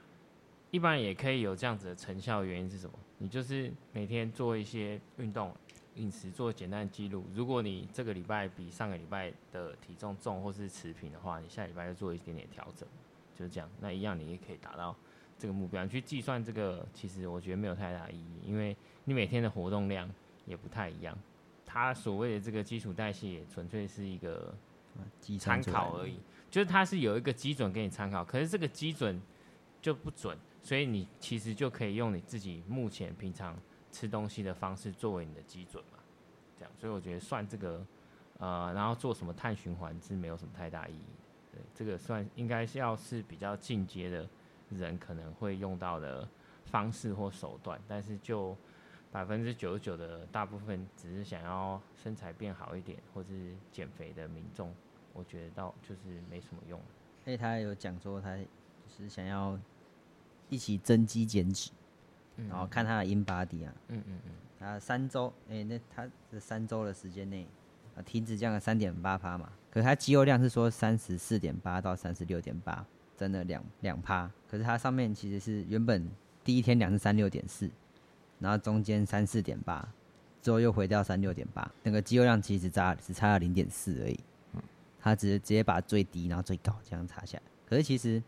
一般人也可以有这样子的成效，原因是什么？你就是每天做一些运动，饮食做简单的记录。如果你这个礼拜比上个礼拜的体重重或是持平的话，你下礼拜就做一点点调整，就是这样。那一样你也可以达到这个目标。你去计算这个，其实我觉得没有太大意义，因为你每天的活动量也不太一样。它所谓的这个基础代谢，也纯粹是一个
计算
参
出来
考
的
而已，就是它是有一个基准给你参考，可是这个基准就不准，所以你其实就可以用你自己目前平常吃东西的方式作为你的基准嘛，这样，所以我觉得算这个，呃，然后做什么碳循环是没有什么太大意义的，对，这个算应该是要是比较进阶的人可能会用到的方式或手段，但是就。百分之九十九的大部分只是想要身材变好一点，或是减肥的民众，我觉得到就是没什么用。
而且他有讲说，他就是想要一起增肌减脂，然后看他的 in body 啊，
嗯嗯嗯，
他三周，哎、那他这三周的时间内啊，体脂降了三点八趴嘛，可是他肌肉量是说三十四点八到三十六点八，增了两两趴，可是他上面其实是原本第一天量是三六点四，然后中间三四点八，之后又回到三六点八，那个肌肉量其实只差只差了零点四而已，他只是直接把最低然后最高这样差下来，可是其实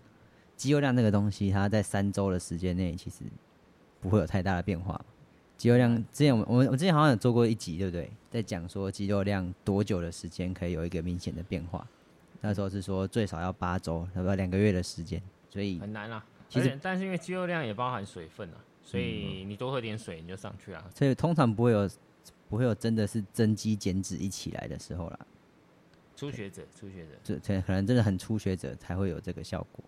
肌肉量那个东西，它在三周的时间内其实不会有太大的变化。肌肉量之前我们我们我之前好像有做过一集，对不对？在讲说肌肉量多久的时间可以有一个明显的变化，那时候是说最少要八周，差不多两个月的时间。所以
很难啊。
其
其
实
实，但是因为肌肉量也包含水分啊，所以你多喝点水你就上去啊。
所以通常不会有不会有真的是增肌减脂一起来的时候啦，
初学者，初学者，
这这可能真的很初学者才会有这个效果，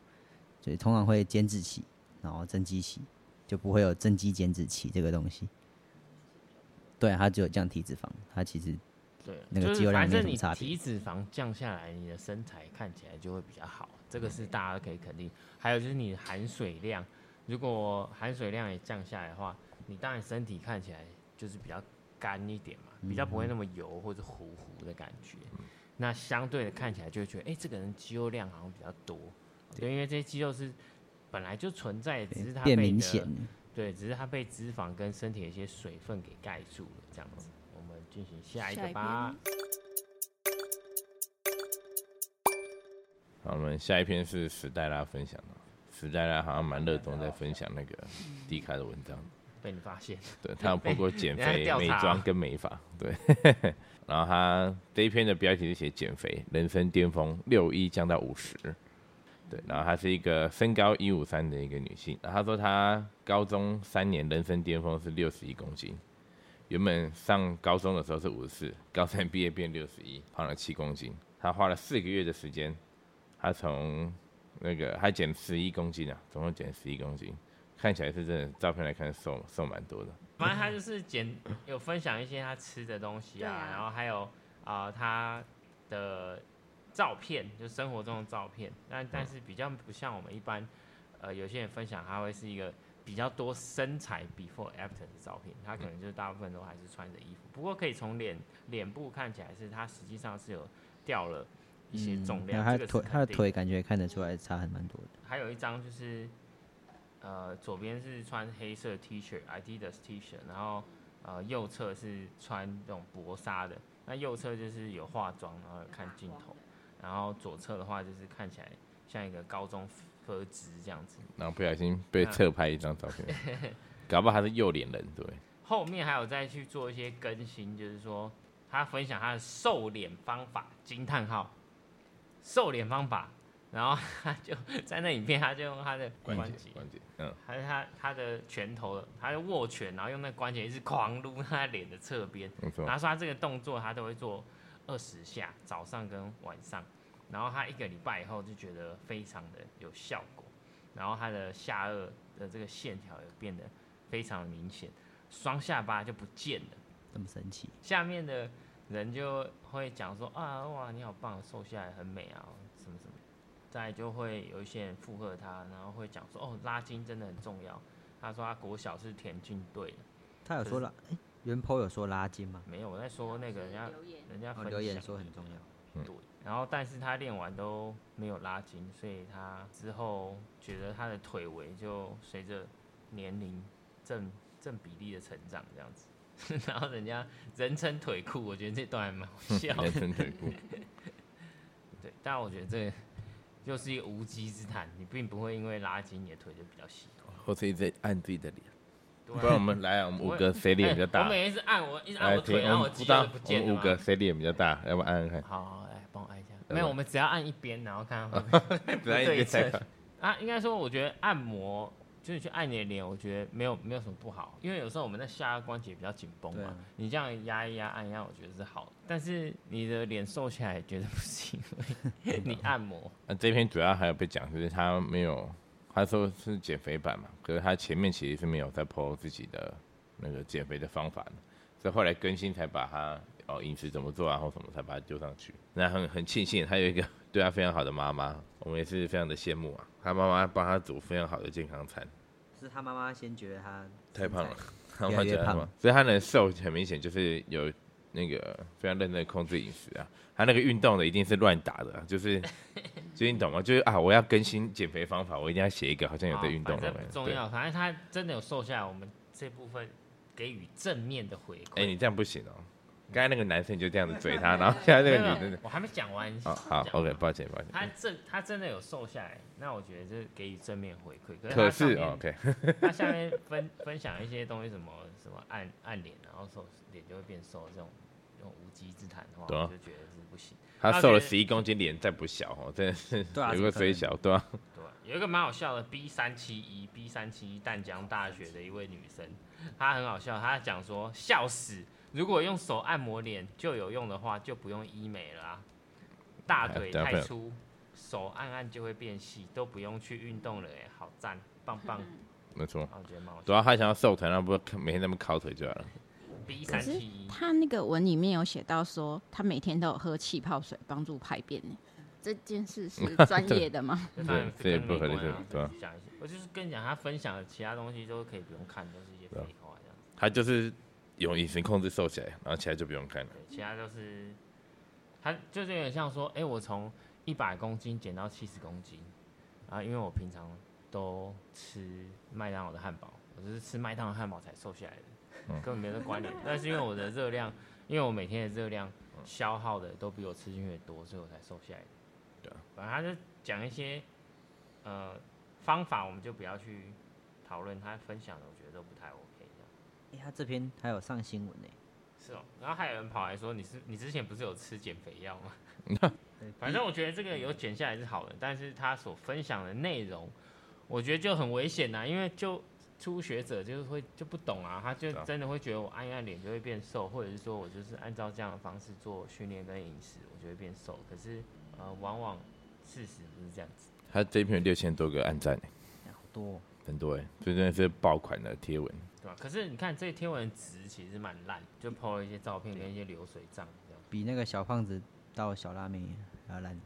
所以通常会减脂期，然后增肌期，就不会有增肌减脂期这个东西。对，它只有降体脂肪，它其实
对啊，
那个
就
肌肉
是
量
反
没
正
什么
你
差别
体脂肪降下来，你的身材看起来就会比较好，这个是大家可以肯定。还有就是你的含水量，如果含水量也降下来的话，你当然身体看起来就是比较干一点嘛，比较
嗯
不会那么油或者糊糊的感觉。那相对的看起来就会觉得，哎、这个人肌肉量好像比较多，对，因为这些肌肉是本来就存在，只是它
变
被你
明
的
显了。
对，只是它被脂肪跟身体的一些水分给盖住了，这样子。我们进行下一
下
个
一
吧。
好，我们下一篇是史黛拉分享的，史黛拉好像蛮热衷在分享那个迪卡的文章，
被你发现，
对他有包括减肥
人家、调
美
查
妆跟美发，对。 然后他这一篇的标题是写减肥，人生巅峰六一降到五十，对。然后她是一个身高一五三的一个女性，然后她说她高中三年人生巅峰是六十一公斤，原本上高中的时候是五十四，高三毕业变六十一，胖了七公斤。她花了四个月的时间，她从那个她减十一公斤啊，总共减十一公斤，看起来是真的照片来看瘦瘦蛮多的。
反正他就是简有分享一些他吃的东西
对
啊，
啊
然后还有啊、呃他的照片，就生活中的照片。但
嗯
但是比较不像我们一般，呃，有些人分享他会是一个比较多身材 before after 的照片，他可能就是大部分都还是穿着衣服，不过可以从脸脸部看起来是他实际上是有掉了一些重量，
然嗯后他的
这个是
腿，
肯
他的
定
腿感觉看得出来差还蛮多的。
还有一张就是，呃，左边是穿黑色 T 恤，Adidas T 恤，然后呃右侧是穿那种薄纱的，那右侧就是有化妆，然后有看镜头，然后左侧的话就是看起来像一个高中分支这样子。
然后不小心被
嗯
侧拍一张照片， 搞不好他是右脸人，对不对？
后面还有再去做一些更新，就是说他分享他的瘦脸方法惊叹号，瘦脸方法，然后他就 在那影片他就用他的关节。
关节，嗯，
还是他他的拳头，他的握拳，然后用那关节一直狂撸他脸的侧边。
没错
然，后说他这个动作他都会做二十下，早上跟晚上。然后他一个礼拜以后就觉得非常的有效果，然后他的下颚的这个线条也变得非常明显，双下巴就不见了。
这么神奇，
下面的人就会讲说啊哇你好棒，瘦下来很美啊，什么什么。再来就会有一些人附和他，然后会讲说哦，拉筋真的很重要。他说他啊国小是田径队的，
他有说拉，哎、原 po 有说拉筋吗？
没有我在说那个人家
留言
人家
哦，
分
留言
享
说很重要。
对，然后但是他练完都没有拉筋，所以他之后觉得他的腿围就随着年龄正正比例的成长这样子。 然后人家人称腿裤，我觉得这段还蛮好笑
人
的。
生腿裤，
对，但我觉得这个就是一个无稽之谈，你并不会因为拉筋你的腿就比较细。
或是一直按自己的脸。
对啊
不然我们来啊，我们五个谁脸比较
哎我
大？
每次按我一直按
来
我腿，
停，
然后
我
我
们
肌
知
肉
道
就不
我
见
们
了
五
嘛。
个谁脸比较大？要不按 按看？
好，好来帮我按一下。
来
没有，
吧
我们只要按一边，然后看看会不 会
不然一边在看
啊，应该说，我觉得按摩就是去按你的脸，我觉得没有没有什么不好，因为有时候我们的下颌关节比较紧绷
对
嘛
啊，
你这样压一压、按一按，我觉得是好的。但是你的脸瘦起来，觉得不是因为 你按摩，
那这篇主要还有被讲，就是他没有，他说是减肥版嘛，可是他前面其实是没有在 PO 自己的那个减肥的方法的，所以后来更新才把他哦饮食怎么做啊或什么才把它丢上去。那很很庆幸他有一个 对他非常好的妈妈，我们也是非常的羡慕啊。他妈妈帮他煮非常好的健康餐，
是他妈妈先觉得他
太胖了，他
越来
妈妈
越
觉得他
胖
妈所以他能瘦很明显就是有那个非常认真的控制饮食啊。他那个运动的一定是乱打的啊、就是 就是你懂吗？就是啊，我要更新减肥方法，我一定要写一个好像有在
好
运动
啊哦
的
反正
人
不重
对
要，反正他真的有瘦下来，我们这部分给予正面的回
哎、
馈。
你这样不行哦。刚才那个男生就这样 子追他，然后现在这个
没有嗯没有
女生，
我还没讲完。
哦，好
讲完
，OK，抱歉，嗯抱
他
歉。
真他真的有瘦下来，那我觉得这给予正面回馈。可是
可
他
是
上面
哦 OK，
他下面分分享一些东西，什么什么按按脸，然后瘦脸就会变瘦，这种这种无稽之谈的话，
对啊
我就觉得是不行。
他瘦了十一公斤，脸再不小哦，真的是
对啊
有
怎么
个
可能
虽小，对啊，
对吧，有一个蛮好笑的 B 三七一 B 三七一淡江大学的一位女生，她很好笑，她讲说笑死，如果用手按摩脸就有用的话，就不用医美了啊，大腿
哎等一
太
下
粗，手按按就会变细，都不用去运动了、哎，好赞，棒棒，
没错。
啊我觉得蛮好
主
笑。
要他想要瘦成，那不每天那么烤腿就好了。
B 三七一
他那个文里面有写到说，他每天都有喝气泡水帮助排便呢。这件 事是专业的吗？
就当然
这也
跟
不
美
合理
国人啊
对啊
讲一些，我就是跟你讲，他分享的其他东西都可以不用看，都是一些废
对啊
话这样子，
他就是有饮食控制瘦起来，然后其他就不用看了。
对，其他都是他就是有点像说，哎、我从一百公斤减到七十公斤，啊，因为我平常都吃麦当劳的汉堡，我就是吃麦当劳汉堡才瘦下来的，
嗯
根本没有这关联。但是因为我的热量，因为我每天的热量
嗯
消耗的都比我吃进去的多，所以我才瘦下来的。
对啊，
反正他就讲一些呃方法，我们就不要去讨论。他分享的我觉得都不太 OK 这样。
哎、他这篇还有上新闻呢、
是哦，然后还有人跑来说你是你之前不是有吃减肥药吗？
对
嗯
反正我觉得这个有减下来是好的，但是他所分享的内容，我觉得就很危险啊呐、因为就初学者就是会就不懂啊，他就
对啊
真的会觉得我按一按脸就会变瘦，或者是说我就是按照这样的方式做训练跟饮食，我就会变瘦。可是呃，往往事实不是这样子。
他这一篇有六千多个暗赞，
哎好多、哦，
很多哎，所以真的是爆款的贴文。
对吧？可是你看这天文值其实蛮烂，就 PO 了一些照片跟一些流水账这样，
比那个小胖子到小辣妹还要烂，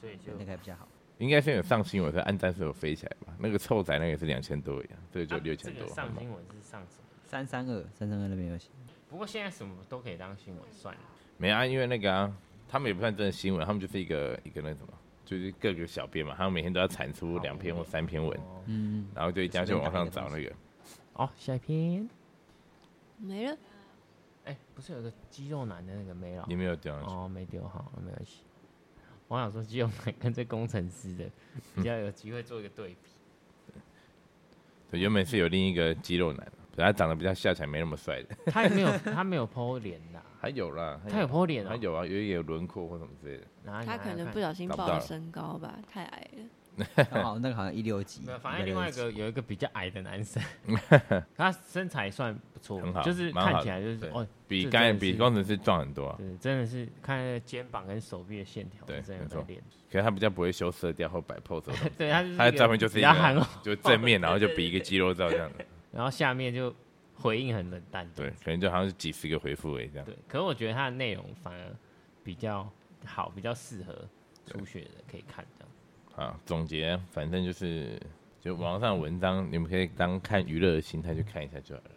所以就
嗯
那个还比较好。
应该是有上新闻，是暗战是有飞起来吧？那个臭仔那个也是两千多一样，这个就
啊
六千
这
多
个。上新闻是上什么？
三三二，三三二那边 有写，
不过现在什么都可以当新闻算了。
没啊，因为那个啊，他们也不算真的新闻，他们就是一个一个那什么，就是各个小编嘛，他们每天都要产出两篇或三篇文，
哦
嗯，
然后就一家就往上找
就
那个。
好，哦下一篇。
没了。
哎、不是有个肌肉男的那个没了
你？没有掉上去，
哦，没丢好，没关系。我想说肌肉男跟这工程师的 比较有机会做一个对比。
对，原本是有另一个肌肉男，本来长得比较笑起来没那么帅的，
他也没 有，他没有剖脸呐，
还有啦，
他有剖脸
他
啊，
有啊，有也有轮廓或什么之类的。
哪里
他可能不。小心
找不
报
到
了
了
身高吧，太矮了。
刚好那个好像一六几，
没有，反正另外一 个有一个比较矮的男 生，他身材算不错，
很好
就是
蛮好的
看起来就是
对
哦，
比
这
刚才
真的
比
是
工程师壮很多啊，
对，真的是看那个肩膀跟手臂的线条，
对
真的
没错
很练。
可是他比较不会修色调或摆 pose，或什么
对，他 就是
他的
一个
照片就是
比
一
较憨厚
个， 就正面，然后就比一个肌肉照这样子。
然后下面就回应很冷淡。
对，可能就好像是几十个回复而已这样。
对，可是我觉得它的内容反而比较好，比较适合初学的可以看这样。
啊，总结，反正就是就网上的文章，你们可以当看娱乐的心态去看一下就好了。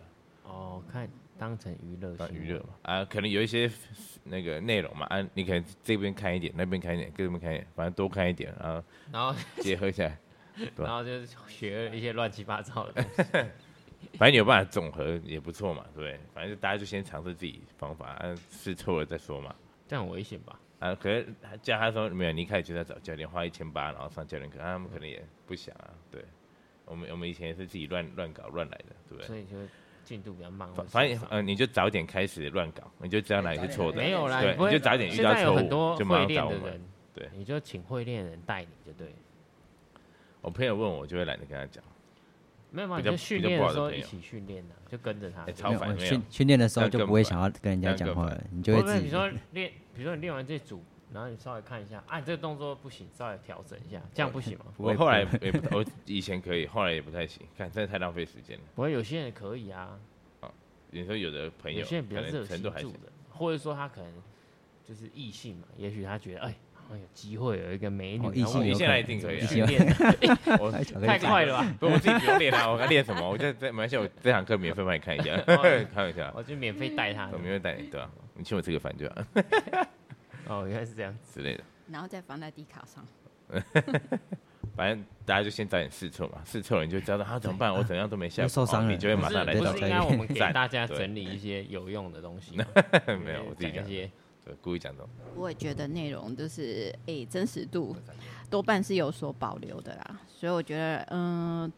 哦，看当成娱乐
当
新闻，
娱乐嘛，啊，可能有一些那个内容嘛，啊，你可能这边看一点，那边看一点，这边看一点，反正多看一点，然后
然后
结合起来，对
然后就是学了一些乱七八糟的东西，
反正你有办法总和也不错嘛，对不对？反正就大家就先尝试自己方法，啊，试错了再说嘛。
这样很危险吧？
啊，可是他叫他说没有，你一开始就在找教练，花一千八，然后上教练课，啊他们可能也不想啊。对，我们我们以前也是自己乱乱搞乱来的，对不对？
所以就进度比较慢。
反
或
反
者
正
受伤
呃，你就早点开始乱搞，你就知道哪里是错的，
没有啦，
对
你不会
你就早点遇
现
到
在有
错
很
误
多
就马
会
上
练
找
的
我们
人，
对
你就请会练的人带你就对了。
我朋友问我，我就会懒得跟他讲，
没有嘛，
比
你
较
就训
比较不
练的
好的
时候
朋
一
友
起训练的，就跟着他
哎。
没
超
有
烦
我
没有
训训练的时候
这样
就
更
不会
烦
想要跟人家
这样
讲
更
话
烦
了，你就
会
会
不会
自
比如
己
说练，比如说你练完这组，然后你稍微看一下，啊，你这个动作不行，稍微调整一下，这样不行 吗？
会
我后来也不太，我以前可以，后来也不太行，看真的太浪费时间了。
不会，有些人可以啊，
你说有的朋友
有些人比
可
较
能
热
程
心
度还
助
行，
人，或者说他可能就是异性嘛，也许他觉得哎，好像有机会有一个美女，
哦异
然后
性
我
有
你现
可
在一
能
定可以
异
啊
性，有
练
我
哎巧克力
太
酱
快了 吧？
不，我自己不用练啊，我该练什么？我在在马来西亚，我这堂课免费帮你看一下，
哦
开玩笑，
我就免费带他
我。免费带你，对吧、你请我吃个饭就好
哦，原来是这样。
之类的。
然后再放在低卡上。
反正大家就先早点试错嘛，试错了你就知道啊怎么办，我怎样都没
哎
效
又
果，
受伤
哦
了
你就会马上来
不
不
是
找
是
不
应
是
该我们给
赞
大家
对
整理一些有用的东西吗？
我。 没有，我自己讲
讲一，些。
对故意讲这种。
我也觉得内容就是诶、真实度多半是有所保留的啦，所以我觉得嗯、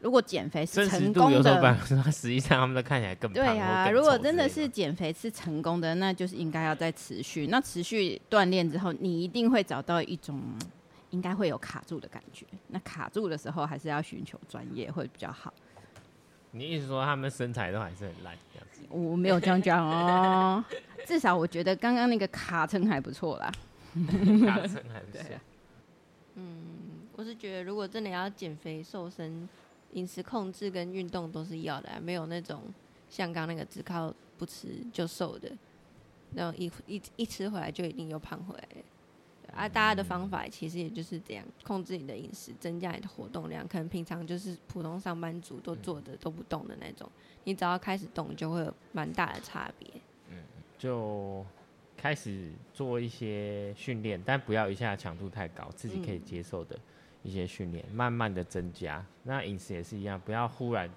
如果减肥是
真实
成
度
功
有时候
的
反，而实际上他们都看起来更胖
对
或
啊，
更
如果
丑之
真的
类
是减肥是成功的，那就是应该要再持续。那持续锻炼之后，你一定会找到一种嗯应该会有卡住的感觉。那卡住的时候，还是要寻求专业会比较好。
你意思说他们身材都还是很烂这样子？
我没有这样讲哦， 至少我觉得刚刚那个卡称还不错啦。
大正还不是？
我是觉得，如果真的要减肥瘦身，饮食控制跟运动都是要的啊、没有那种像刚那个只靠不吃就瘦的，然后一一一吃回来就一定又胖回来了。对啊，大家的方法其实也就是这样，控制你的饮食，增加你的活动量。可能平常就是普通上班族都坐着都不动的那种，你只要开始动，就会有蛮大的差别。
就开始做一些训练，但不要一下强度太高，自己可以接受的一些训练，慢慢的增加。那饮食也是一样，不要忽然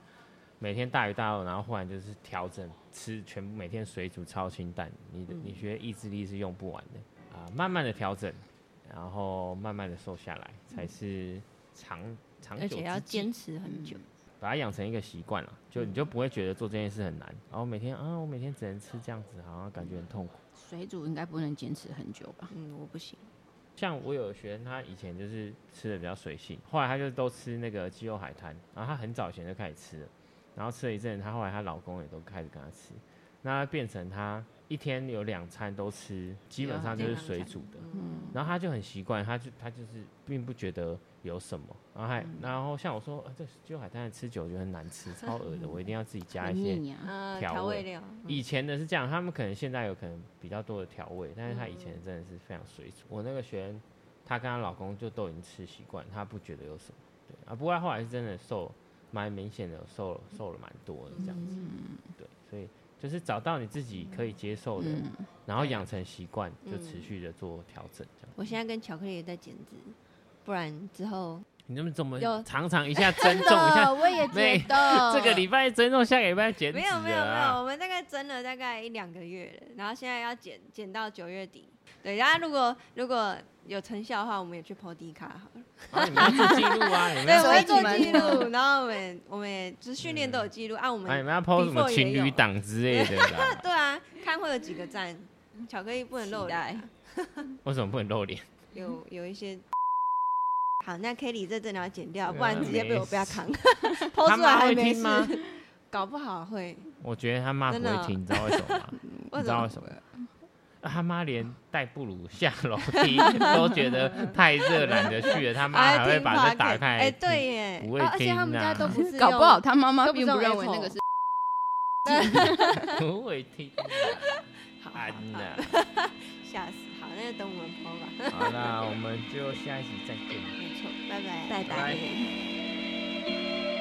每天大鱼大肉，然后忽然就是调整吃全部每天水煮超清淡，你的、你觉得意志力是用不完的啊、慢慢的调整，然后慢慢的瘦下来才是长长
而
久之
且要
计
坚持很久。
把它养成一个习惯了，就你就不会觉得做这件事很难。然后每天啊，我每天只能吃这样子，好像感觉很痛苦。
水煮应该不能坚持很久吧？
嗯，我不行。
像我有学生，他以前就是吃的比较随性，后来他就都吃那个鸡肉海滩，然后他很早以前就开始吃了，然后吃了一阵，她后来她老公也都开始跟她吃，那变成她一天有两餐都吃，基本上就是水煮的，
嗯，
然后他就很习惯，他就他就是并不觉得有什么，然后还然后像我说，啊、这鸡肉海滩吃久就很难吃，超恶的，我一定要自己加一些
很腻啊，
呃
调
调
味
味料。嗯
以前的是这样，他们可能现在有可能比较多的调味，但是他以
嗯
前真的是非常水煮。我那个学员，她跟她老公就都已经吃习惯，她不觉得有什么。对啊，不过她后来是真的瘦，蛮明显的瘦了，瘦了蛮多的这样子。
嗯
对，所以就是找到你自己可以接受
嗯
的，
嗯
然后养成习惯，就持续的做调整这样。
我现在跟巧克力也在减脂，不然之后
你怎么怎么
有
常常一 下增重一下？
我也
没
觉 得
这个礼拜增重，下个礼拜减脂、啊、
没有没有没有，我们大概蒸了大概一两个月了，然后现在要减减到九月底。对，然后如果如果有成效的话，我们也去 p 低卡好了。
啊，你们要做记录啊，你们
对，
要
我
所
们会
以
做
你
记
们
录，然后我们我们也就是训练都有记录， 按我
啊，你
们
们要 PO 什么
before 也
情侣
有
档之类的啦。
对啊，看会有几个赞，巧克力不能漏
期
来
待，
为什么不能露脸？
有有一些。好，那 Kelly 这真的要剪掉，
对啊
不然直接被我
没
被他 扛。抛
他
出来
妈
还
会
没
听
事
吗？
搞不好会。
我觉得他妈不
真的
会听，你知道为什 么吗？
为
你
什
知道
么
为？什么？啊他妈连带布鲁下楼梯 都觉得太热，懒得去了。他妈啊还会把它打开。
哎，对，耶，
不会
啊而且
听
他们家
啊
都不是
搞不好
用
他妈妈
都不
并
是
不
用
认为
Apple
那个是。
不会听啊。啊
好好
安
好
呐，
吓死！好，那就等我们 PO 吧。嗯
好啦，我们就下一集再见。
没错，拜拜，
拜
拜
拜。